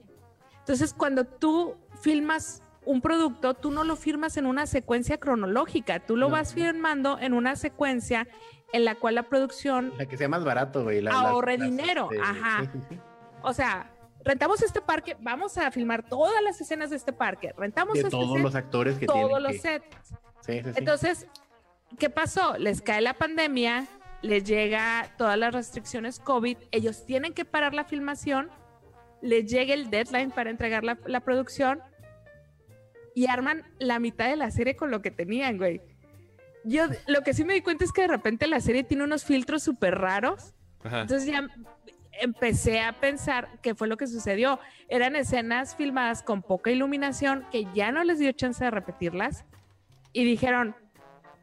Entonces, cuando tú filmas un producto, tú no lo firmas en una secuencia cronológica, tú lo
No.
vas firmando en una secuencia en la cual la producción,
La que sea más barato, güey. la- las-
Ahorre
las, este,
dinero, ajá.
sí, sí, sí.
o sea, rentamos este parque, vamos a filmar todas las escenas de este parque, rentamos
De
este
todos
set,
los actores que
todos
tienen
los
que-
sets.
Sí, sí, sí.
Entonces, ¿qué pasó? Les cae la pandemia, les llega todas las restricciones COVID, ellos tienen que parar la filmación, les llega el deadline para entregar la, la producción y arman la mitad de la serie con lo que tenían, güey. Yo lo que sí me di cuenta es que de repente la serie tiene unos filtros súper raros.
Ajá.
Entonces ya empecé a pensar qué fue lo que sucedió. Eran escenas filmadas con poca iluminación que ya no les dio chance de repetirlas y dijeron,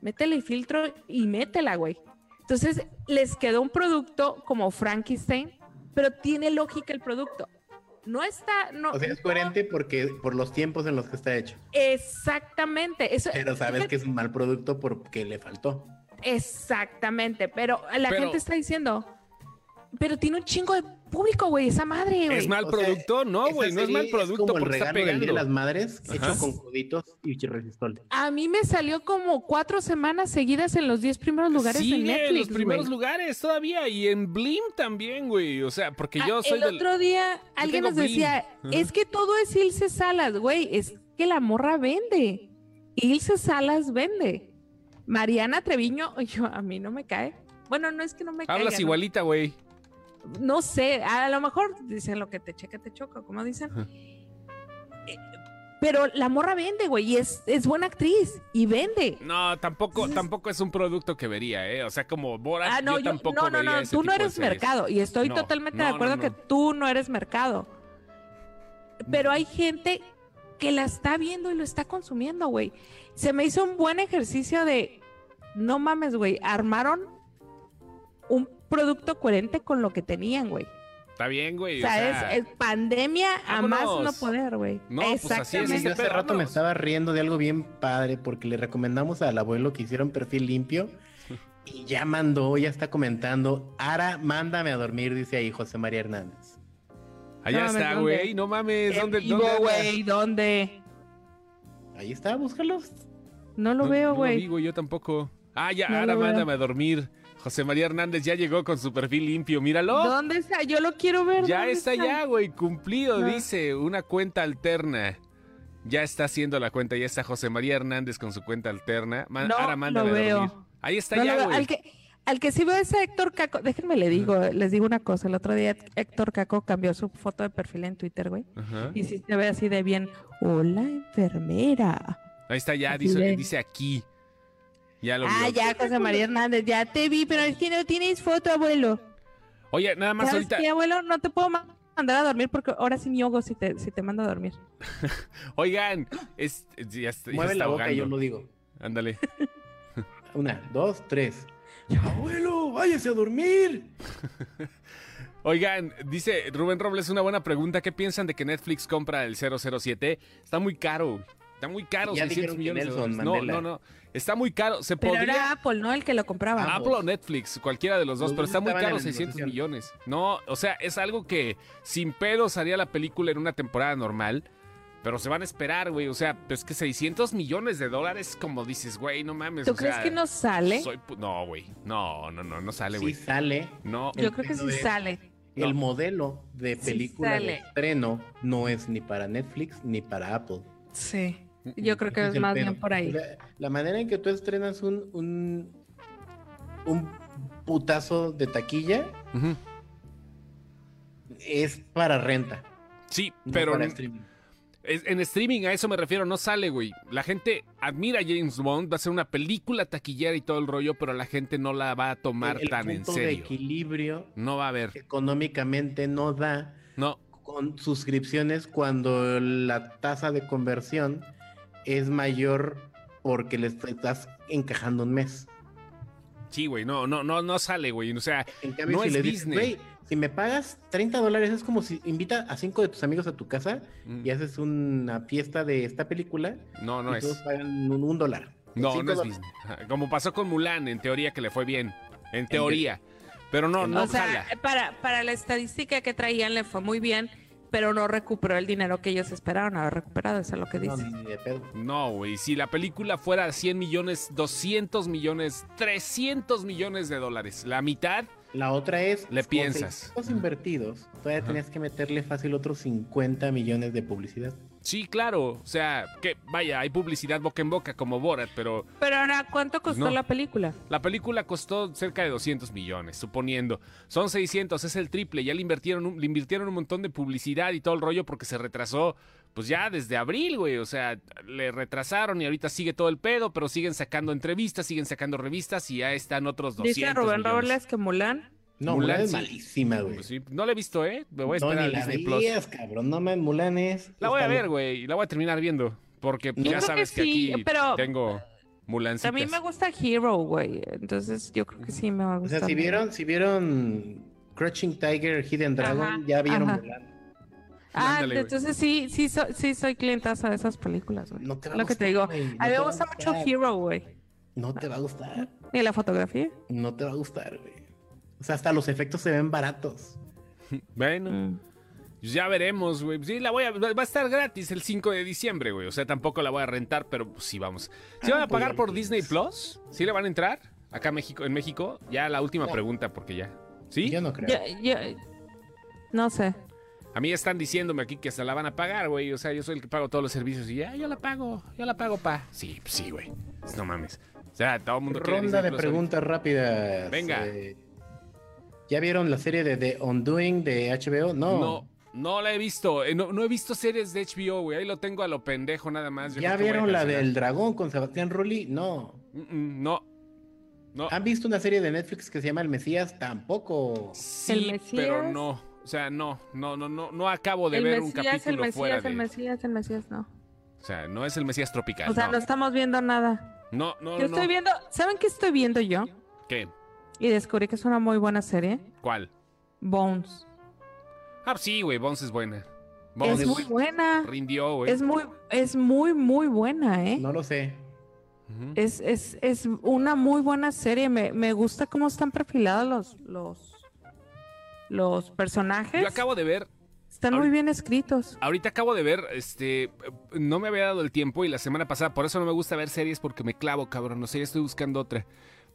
métele filtro y métela, güey. Entonces les quedó un producto como Frankenstein, pero tiene lógica el producto. No está, no.
O sea, es coherente porque por los tiempos en los que está hecho.
Exactamente. Eso,
Pero sabes que es un mal producto porque le faltó.
Exactamente. Pero la
Pero-
gente está diciendo, pero tiene un chingo de público, güey, esa madre, güey.
Es mal
O sea,
producto, no,
Esa
güey, no es
serie
mal producto
como el
porque está
regalo del Día de
pegando.
las madres
Ajá.
hecho con coditos y resistol.
A mí me salió como cuatro semanas seguidas en los diez primeros lugares
Sigue
de Netflix.
en los primeros
güey.
lugares todavía y en Blim también, güey. O sea, porque yo
Ah,
soy
el
del...
otro día alguien
tengo
nos
Blim.
decía,
Ajá.
es que todo es Ilse Salas, güey, es que la morra vende. Ilse Salas vende. Mariana Treviño, (laughs) yo a mí no me cae. Bueno, no es que no me caiga.
Hablas
¿no?
igualita, güey.
No, sé, a lo mejor dicen lo que te checa te choca, como dicen.
Ajá.
Eh, Pero la morra vende, güey, y es, es buena actriz y vende.
No, tampoco, tampoco es un producto que vería, ¿eh? O sea, como Borat,
Ah, no,
yo
yo-
tampoco
no, no,
vería
no,
ese
tú
tipo
no
de
eres
series.
mercado y estoy
No,
totalmente
no,
de
no,
acuerdo que
no.
tú no eres mercado. Pero hay gente que la está viendo y lo está consumiendo, güey. Se me hizo un buen ejercicio de, no mames, güey, armaron un producto coherente con lo que tenían, güey.
Está bien, güey.
O
O
sea,
sea,
es, es pandemia a más no
vámonos.
poder, güey.
No, pues así es
Sí,
este
yo hace
pedo,
rato me
vámonos.
estaba riendo de algo bien padre porque le recomendamos al abuelo que hiciera un perfil limpio y ya mandó, ya está comentando. Ara, mándame a dormir, dice ahí José María Hernández.
Allá
no mames,
está,
¿dónde?
güey. No mames,
En
¿dónde?
vivo,
dónde anda?
güey, ¿dónde?
Ahí está, búscalos.
No lo
No- no
veo,
vi,
güey.
yo tampoco. Ah, ya,
No
ahora
lo veo.
mándame a dormir. José María Hernández ya llegó con su perfil limpio, míralo.
¿Dónde está? Yo lo quiero ver.
ya
¿dónde
está ya, güey, cumplido,
No.
dice, una cuenta alterna. Ya está haciendo la cuenta, ya está José María Hernández con su cuenta alterna. Ma-
No
ahora mándame
lo
a dormir.
veo.
Ahí está
No lo
ya,
veo.
güey.
al, que, al que sí veo es a Héctor Caco. Déjenme le digo, les digo una cosa. El otro día Héctor Caco cambió su foto de perfil en Twitter, güey.
Ajá.
Y sí se ve así de bien. Hola, enfermera.
Ahí está ya,
Así
dice,
de-
dice aquí. Ya lo
Ah,
vio.
ya, José María Hernández, ya te vi, pero es que no tienes foto, abuelo.
Oye, nada más
¿Sabes
ahorita,
qué, abuelo? No te puedo ma- mandar a dormir porque ahora sí mi ogo si te, si te mando a dormir.
oigan, es, ya, está- ya
Mueve
está
la boca y yo
ahogando.
lo digo.
Ándale.
Una, dos, tres. Abuelo, váyase a dormir.
Oigan, dice Rubén Robles una buena pregunta. ¿Qué piensan de que Netflix compra el 007? Está muy caro. Está muy caro.
Ya
600
dijeron que
millones de
Nelson
dólares. No,
Mandela.
no, no. Está muy caro. Se
Pero era
podría... Ah,
Apple, ¿no? El que lo compraba.
Apple o Netflix, cualquiera de los dos,
Los
pero
dos
está muy
estaban en
caro,
la
600
negociación.
millones. No, o sea, es algo que sin pedos haría la película en una temporada normal, pero se van a esperar, güey. O sea, es que 600 millones de dólares, como dices, güey, no mames.
¿Tú
pues, o
crees
sea,
que no sale?
soy pu- no, güey. No, no, no, no sale,
Sí
güey.
sale.
No,
Yo creo que sí
Entiendo eso.
sale.
El
No.
modelo de
Sí
película de
sale.
estreno no es ni para Netflix ni para Apple.
Sí. Yo creo que
Ese
es
el
más
pedo.
bien por ahí.
La, la manera en que tú estrenas un, un, un putazo de taquilla
Ujú.
es para renta,
Sí,
no
pero
para
n-
streaming.
Es- en streaming a eso me refiero, no sale, güey. La gente admira a James Bond, va a ser una película taquillera y todo el rollo, pero la gente no la va a tomar
el, el
tan en
punto de
serio.
equilibrio
No va a haber.
económicamente no da
No,
con suscripciones cuando la tasa de conversión es mayor porque le est- estás encajando un mes.
sí, güey, no, no, no, no sale, güey. O sea,
En cambio,
No
si
es
le dices,
Disney.
güey, si me pagas 30 dólares, es como si invita a cinco de tus amigos a tu casa
mm,
y haces una fiesta de esta película
no, no
y todos
es.
pagan un, un dólar.
No,
Cinco
no es
dólares.
Disney. Ajá, Como pasó con Mulan, en teoría que le fue bien. En teoría. Pero no, no
o sea, eh,
jala.
Para, para la estadística que traían le fue muy bien, pero no recuperó el dinero que ellos esperaban haber recuperado, eso es lo que
No,
dice.
ni de pedo.
No, güey. Si la película fuera 100 millones, 200 millones, 300 millones de dólares, la mitad,
La otra es.
Le
con
piensas.
600
Ajá.
invertidos, todavía
Ajá.
tenías que meterle fácil otros 50 millones de publicidad.
Sí, claro. O sea, que vaya, hay publicidad boca en boca como Borat, pero
Pero ahora, ¿cuánto costó
Pues No.
la película?
la película costó cerca de 200 millones, suponiendo. Son 600, es el triple. Ya le invirtieron, un- le invirtieron un montón de publicidad y todo el rollo porque se retrasó, pues ya desde abril, güey. O sea, le retrasaron y ahorita sigue todo el pedo, pero siguen sacando entrevistas, siguen sacando revistas y ya están otros 200
Dice Rubén
millones.
Robles que Mulan
No, Mulan, es
sí.
malísima, güey.
Pues sí, no la he visto, ¿eh? Me voy a
No,
esperar
ni
a
la
Disney Plus.
veías, cabrón. No, man, Mulan es...
La voy a
está-
ver, güey. y La voy a terminar viendo. Porque pues
Yo
ya
creo que
sabes que,
sí,
aquí
pero-
tengo mulancitas.
A mí me gusta Hero, güey. Entonces yo creo que sí me va a
O
gustar.
sea, si vieron, si vieron Crouching Tiger, Hidden Dragon,
Ajá,
ya vieron
ajá.
Mulan.
Ah,
Ándale, güey.
entonces sí, sí, so- sí soy clientaza de esas películas, güey.
No te va a
Lo que te digo.
gustar, güey, no
a mí
te
me
va a
gusta mucho
gustar.
Hero, güey.
No te va a gustar.
Ni la fotografía.
No te va a gustar, güey. O sea, hasta los efectos se ven baratos.
Bueno,
Mm.
pues ya veremos, güey. Sí, la voy a... Va a estar gratis el 5 de diciembre, güey. O sea, tampoco la voy a rentar, pero pues, sí vamos. ¿Sí
Ah,
van a
pues,
pagar
ya
por
lo
Disney
tienes.
Plus? ¿Sí le van a entrar? Acá en México, en México. Ya la última
No.
pregunta, porque ya. ¿Sí?
Yo no creo.
Yo, yo, no sé.
A mí ya están diciéndome aquí que hasta la van a pagar, güey. O sea, yo soy el que pago todos los servicios y ya, yo la pago, yo la pago, pa. Sí, pues sí, güey. No mames. O sea, todo el mundo quiere
Ronda
Disney
de
Plus ahorita.
preguntas rápidas.
Venga.
Eh, ¿Ya vieron la serie de The Undoing de HBO? No.
No, no la he visto. Eh, no, no he visto series de HBO, güey. Ahí lo tengo a lo pendejo nada más. Yo creo
¿Ya
que voy a
vieron la
cancelar.
del dragón con Sebastián Rulli? No.
Mm, mm, No. No.
¿Han visto una serie de Netflix que se llama El Mesías? Tampoco.
Sí,
¿El
pero
Mesías?
no. O sea, no, no, no, no, no acabo de
el
ver
Mesías,
un
el
capítulo
Mesías,
fuera de.
el Mesías, el Mesías, no.
O sea, no es el Mesías tropical.
o sea, no.
no,
estamos viendo nada.
no, no.
yo
no.
estoy viendo, ¿saben qué estoy viendo yo?
¿Qué?
Y descubrí que es una muy buena serie.
¿Cuál?
Bones.
Ah, sí, güey. Bones es buena. Bones
es muy buena.
rindió, güey.
Es muy, es muy, muy buena, ¿eh?
No lo sé.
Ujú.
Es, es, es una muy buena serie. Me, me gusta cómo están perfilados los, los, los personajes.
Yo acabo de ver,
Están muy
ahorita-
bien escritos.
ahorita acabo de ver, este, eh, no me había dado el tiempo y la semana pasada, por eso no me gusta ver series porque me clavo, cabrón, no sé, ya estoy buscando otra.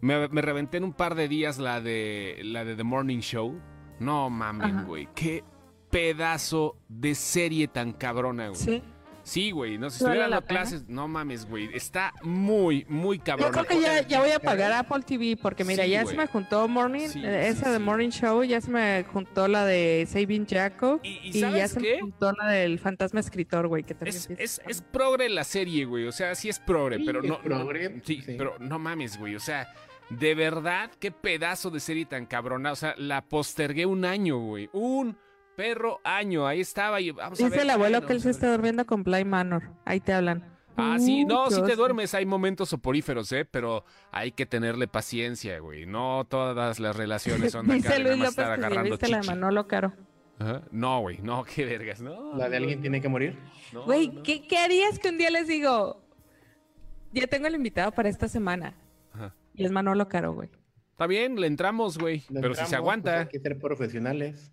Me, me reventé en un par de días la de, la de The Morning Show. No
Ajá.
mames, güey, qué pedazo de serie tan cabrona, güey.
Sí.
Sí, güey, no, si
¿Vale
estuviera dando
la pena?
clases, no mames, güey, está muy, muy
Yo
cabrón.
creo que ya, ya voy a pagar Apple TV porque mira,
Sí,
ya
güey.
se me juntó Morning,
Sí,
eh,
sí,
esa de
sí.
Morning Show, ya se me juntó la de Saving Jacob
¿Y- y
ya
sabes
se
qué?
me juntó la del Fantasma Escritor, güey, que también
Es,
empieza
es,
con-
es progre la serie, güey. O sea, sí es progre,
Sí,
pero
es
no. no-
progre,
sí,
sí.
pero no mames, güey. O sea, de verdad, qué pedazo de serie tan cabrona. O sea, la postergué un año, güey. Un perro año. Ahí estaba. Y vamos a
Dice
ver,
el abuelo
bueno,
que él se
vamos
está
a ver.
durmiendo con Bly Manor. Ahí te hablan.
Ah, sí,
Uh,
no,
qué
sí te
oso. (laughs)
duermes, hay momentos soporíferos, ¿eh? Pero hay que tenerle paciencia, güey. No todas las relaciones
(laughs)
son acá
Dice
de nada
Luis
más
López
estar
que si
agarrando
viste la de
chichi.
Manolo Caro.
Ajá. No, güey, no, (laughs) qué vergas, ¿no?
La de alguien tiene que morir.
no,
Güey,
no.
¿qué, qué harías que un día les digo? Ya tengo el invitado para esta semana.
Ajá.
Y es Manolo Caro, güey.
Está bien, le entramos, güey.
Le
Pero si
entramos,
se aguanta.
pues hay que ser profesionales.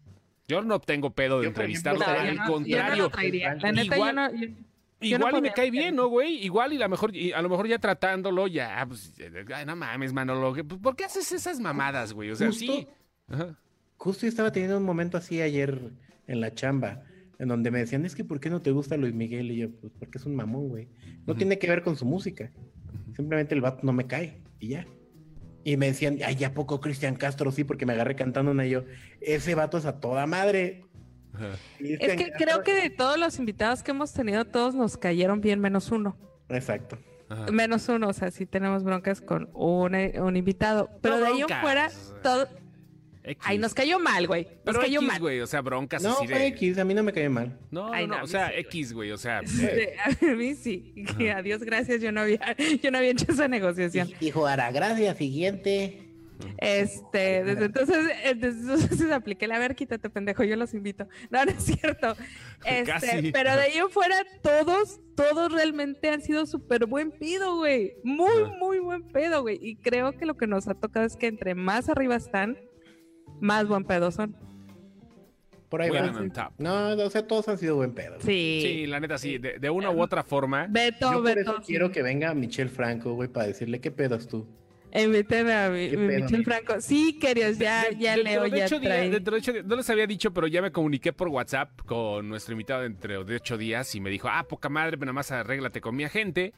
Yo no tengo pedo de
Yo, por ejemplo,
entrevistarlo,
No,
al
yo no-
contrario.
Yo no lo traería. La neta,
Igual-
yo no. yo- yo no
igual y me
podría
cae
hacer
bien,
eso.
¿no, güey? Igual y la mejor, y a lo mejor ya tratándolo, ya, ah, pues, ay, no mames, Manolo, ¿qué- pues, ¿por qué haces esas mamadas, güey? O sea,
Justo.
sí. Ajá.
Justo yo estaba teniendo un momento así ayer en la chamba, en donde me decían, es que ¿por qué no te gusta Luis Miguel? Y yo, pues porque es un mamón, güey. No
Ujú.
tiene que ver con su música. Simplemente el vato no me cae y ya. Y me decían, ay, ¿y ¿a poco Cristian Castro? Sí, porque me agarré cantando una y yo, ese vato es a toda madre.
Ajá.
Es
Cristian
que
Castro-
creo que de todos los invitados que hemos tenido, todos nos cayeron bien, menos uno.
Exacto.
Ajá.
Menos uno, o sea, sí tenemos broncas con un, un invitado. Pero
No
de ahí en
broncas,
fuera,
o sea,
todo.
X.
Mm, Ay, nos cayó mal, güey. Nos
Pero
cayó
X,
mal.
güey, o sea, broncas
No,
así de...
fue X, a mí no me cae mal.
No, no,
Ay,
no,
no, a
o
mí
sea,
sí, güey.
X, güey, o
(laughs)
sea... eh,
Este, (laughs) a mí sí. Que
Ah.
adiós, gracias. Yo no había, yo no había hecho esa negociación.
Dijo, hará gracia, siguiente.
Este, desde entonces, eh, desde entonces (laughs) apliqué la a ver, quítate, pendejo, yo los invito. No, no es
(laughs)
cierto. Este,
Casi.
pero de ahí en fuera, todos, todos realmente han sido súper buen pedo, güey. Muy,
Ajá.
muy buen pedo, güey. Y creo que lo que nos ha tocado es que entre más arriba están, más buen pedo son.
Por ahí
women
va.
on top.
No, o sea, todos han sido buen pedo.
Sí.
Sí, la neta, sí, de, de una u otra forma...
Beto,
Yo por
Beto.
eso quiero que venga Michelle Franco, güey, para decirle qué pedas tú.
Invítame a mi,
Qué
mi
pedo,
Michel
amigo.
Franco. Sí, queridos, ya,
De-
ya
dentro
leo,
de
ya
ocho días-
trae.
dentro de ocho días- no les había dicho, pero ya me comuniqué por WhatsApp con nuestro invitado dentro de ocho días y me dijo, ah, poca madre, pero nada más arréglate con mi agente.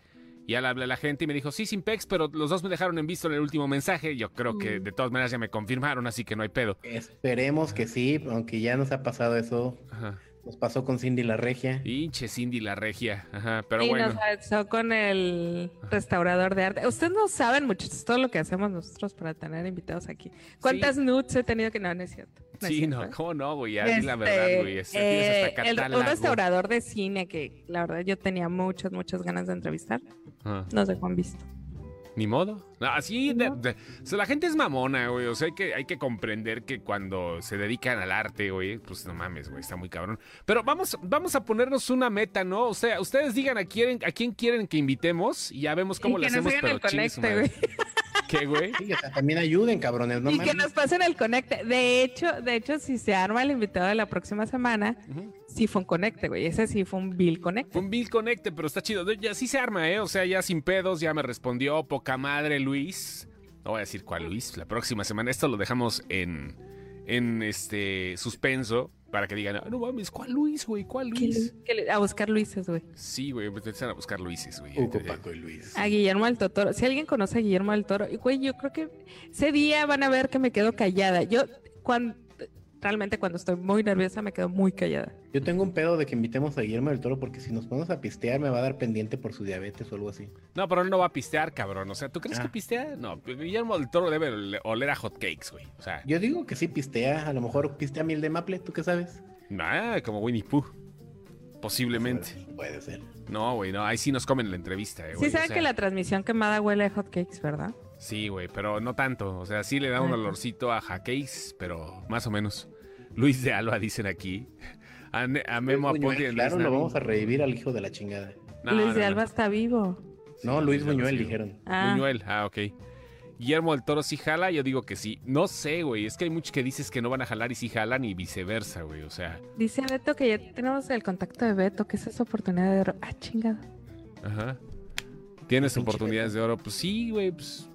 Y ya le hablé a la gente y me dijo, sí, sin pex, pero los dos me dejaron en visto en el último mensaje. Yo creo que
Mm.
de todas maneras ya me confirmaron, así que no hay pedo.
Esperemos que sí, aunque ya nos ha pasado eso.
Ajá.
Nos pasó con Cindy la Regia.
Hinche Cindy la regia. Ajá, pero
y
bueno.
nos alzó con el restaurador de arte. Ustedes no saben, muchachos, todo lo que hacemos nosotros para tener invitados aquí. ¿Cuántas nudes he tenido que no, no es cierto? es
Sí,
cierto,
no,
¿eh?
¿cómo no, güey? Ya di la
Este,
verdad, güey. Este, tienes
eh,
hasta
el- un
catálogo.
restaurador de cine que la verdad yo tenía muchas, muchas ganas de entrevistar.
Ajá.
Nos dejó en visto.
Ni modo. No, Así, de-
modo.
de- o sea, la gente es mamona, güey. O sea, hay que, hay que comprender que cuando se dedican al arte, güey, pues no mames, güey, está muy cabrón. Pero vamos, vamos a ponernos una meta, ¿no? O sea, ustedes digan a quién, a quién quieren que invitemos y ya vemos cómo
Y
lo
que nos
hacemos.
hagan
pero
el
chingue su
conecte,
madre. ¿Qué, güey?
Sí, o sea, también ayuden, cabrones, no
y que
mames.
nos pasen el conecte. De hecho, de hecho, si se arma el invitado de la próxima semana,
Ujú.
sí fue un conecte, güey. Ese sí fue un bill conecte.
Fue un Bill Conecte, pero está chido. Ya sí se arma, ¿eh? O sea, ya sin pedos, ya me respondió poca madre Luis. No voy a decir cuál Luis, la próxima semana. Esto lo dejamos en, en este suspenso para que digan, "Ah, no mames, ¿cuál Luis, güey? ¿Cuál
Que
Luis?
le- que le- a buscar Luises, güey.
Sí, güey, pues, empiezan a buscar Luises, güey.
Hugo, Paco y Luis.
A Guillermo del Toro. Si alguien conoce a Guillermo del Toro, y, güey, yo creo que ese día van a ver que me quedo callada. Yo, cuando, realmente cuando estoy muy nerviosa, me quedo muy callada.
Eh,
Yo tengo un pedo de que invitemos a Guillermo del Toro porque si nos ponemos a pistear me va a dar pendiente por su diabetes o algo así.
No, pero él no va a pistear, cabrón. O sea, ¿tú crees
Ah.
que pistea? No, Guillermo del Toro debe ole- oler a hotcakes, güey. O sea,
Yo digo que sí pistea, a lo mejor pistea miel de maple, ¿tú qué sabes?
nada, como Winnie Pooh. Posiblemente.
Puede ser.
No, güey, no. Ahí sí nos comen la entrevista, eh, güey.
Sí
o
saben
sea.
que la transmisión quemada huele a hotcakes, ¿verdad?
Sí, güey, pero no tanto. O sea, sí le da un
Ajá.
olorcito a jaqueis, pero más o menos. Luis de Alba dicen aquí. A, Ne- a Memo
Luis Buñuel,
Aponte y a Luis
claro, lo
Nami.
vamos a revivir al hijo de la chingada.
No,
Luis
no,
de
no.
Alba está vivo.
Sí,
No, Luis
de Alba,
Buñuel,
sí, güey.
dijeron.
Ah,
Buñuel, ah, ok. Guillermo del Toro sí jala, yo digo que sí. No sé, güey, es que hay muchos que dices que no van a jalar y sí jalan y viceversa, güey. O sea,
dice Beto que ya tenemos el contacto de Beto, que es esa oportunidad de... oro. Ah, chingado.
ajá. Tienes
Pinche
oportunidades de oro, pues sí, güey, pues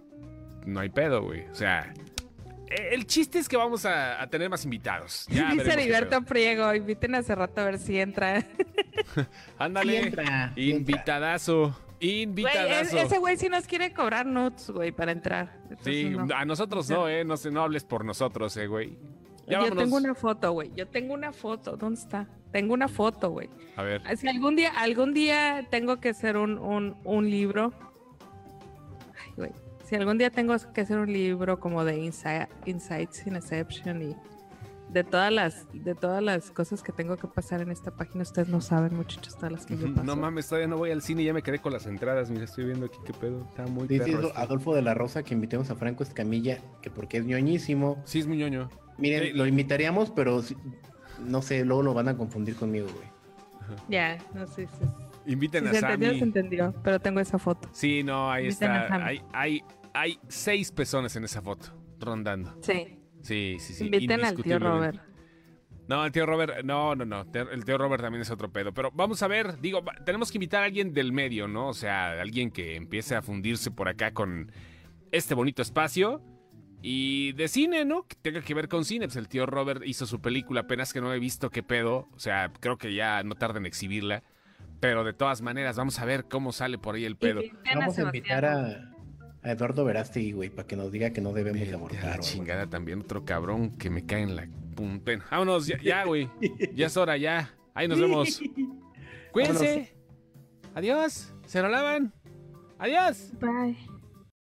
no hay pedo, güey. O sea, e- el chiste es que vamos a, a tener más invitados. Ya veremos qué
(laughs) dice
pedo.
Heriberto Priego, inviten hace rato a ver si entra.
Sí,
Ándale.
entra, sí, entra.
Invitadazo.
Güey, es-
Invitadazo.
ese güey sí nos quiere cobrar nuts, güey, para entrar. Entonces,
Sí,
no.
a nosotros no, eh. No, sé, no hables por nosotros, eh, güey. Ya
Yo
vámonos.
tengo una foto, güey. Yo tengo una foto. ¿Dónde está? Tengo una foto, güey. Ah,
A ver.
Si algún día, algún día tengo que hacer un, un, un libro. Ay, güey. Si algún día tengo que hacer un libro como de insi- Insights in Exception y de todas las, de todas las cosas que tengo que pasar en esta página, ustedes no saben, muchachos, todas las que yo paso.
No mames, todavía no voy al cine, ya me quedé con las entradas. Mira, estoy viendo aquí qué pedo. Está muy
Dice
perro esto.
Adolfo de la Rosa que invitemos a Franco Escamilla, que porque es ñoñísimo.
Sí, es muy ñoño.
Miren,
Sí.
lo invitaríamos, pero si- no sé, luego lo van a confundir conmigo, güey.
Ya, no sé si,
Inviten
si
a
se entendió, se
Sammy.
entendió, pero tengo esa foto.
Sí, no, ahí
Inviten a
está.
Sammy.
Hay, hay, hay seis personas en esa foto, rondando.
Sí,
Sí, sí, sí.
inviten al tío
indiscutiblemente.
Robert.
No, el tío Robert, no, no, no. te- El tío Robert también es otro pedo. Pero vamos a ver, digo, va- tenemos que invitar a alguien del medio, ¿no? O sea, alguien que empiece a fundirse por acá con este bonito espacio. Y de cine, ¿no? Que tenga que ver con cine. Pues el tío Robert hizo su película, apenas que no he visto qué pedo. O sea, creo que ya no tarda en exhibirla. Pero de todas maneras, vamos a ver cómo sale por ahí el pedo.
Inviten
Vamos a
Sebastián
invitar a, a Eduardo Verástegui, güey, para que nos diga que no debemos
Vete
de
a
abortar. o
la
algo así.
chingada también, otro cabrón que me cae en la punta. Bueno, vámonos, ya, ya, güey. Ya es hora, ya. Ahí nos
(laughs)
vemos. Cuídense. Adiós. Se lo lavan. Adiós.
Bye.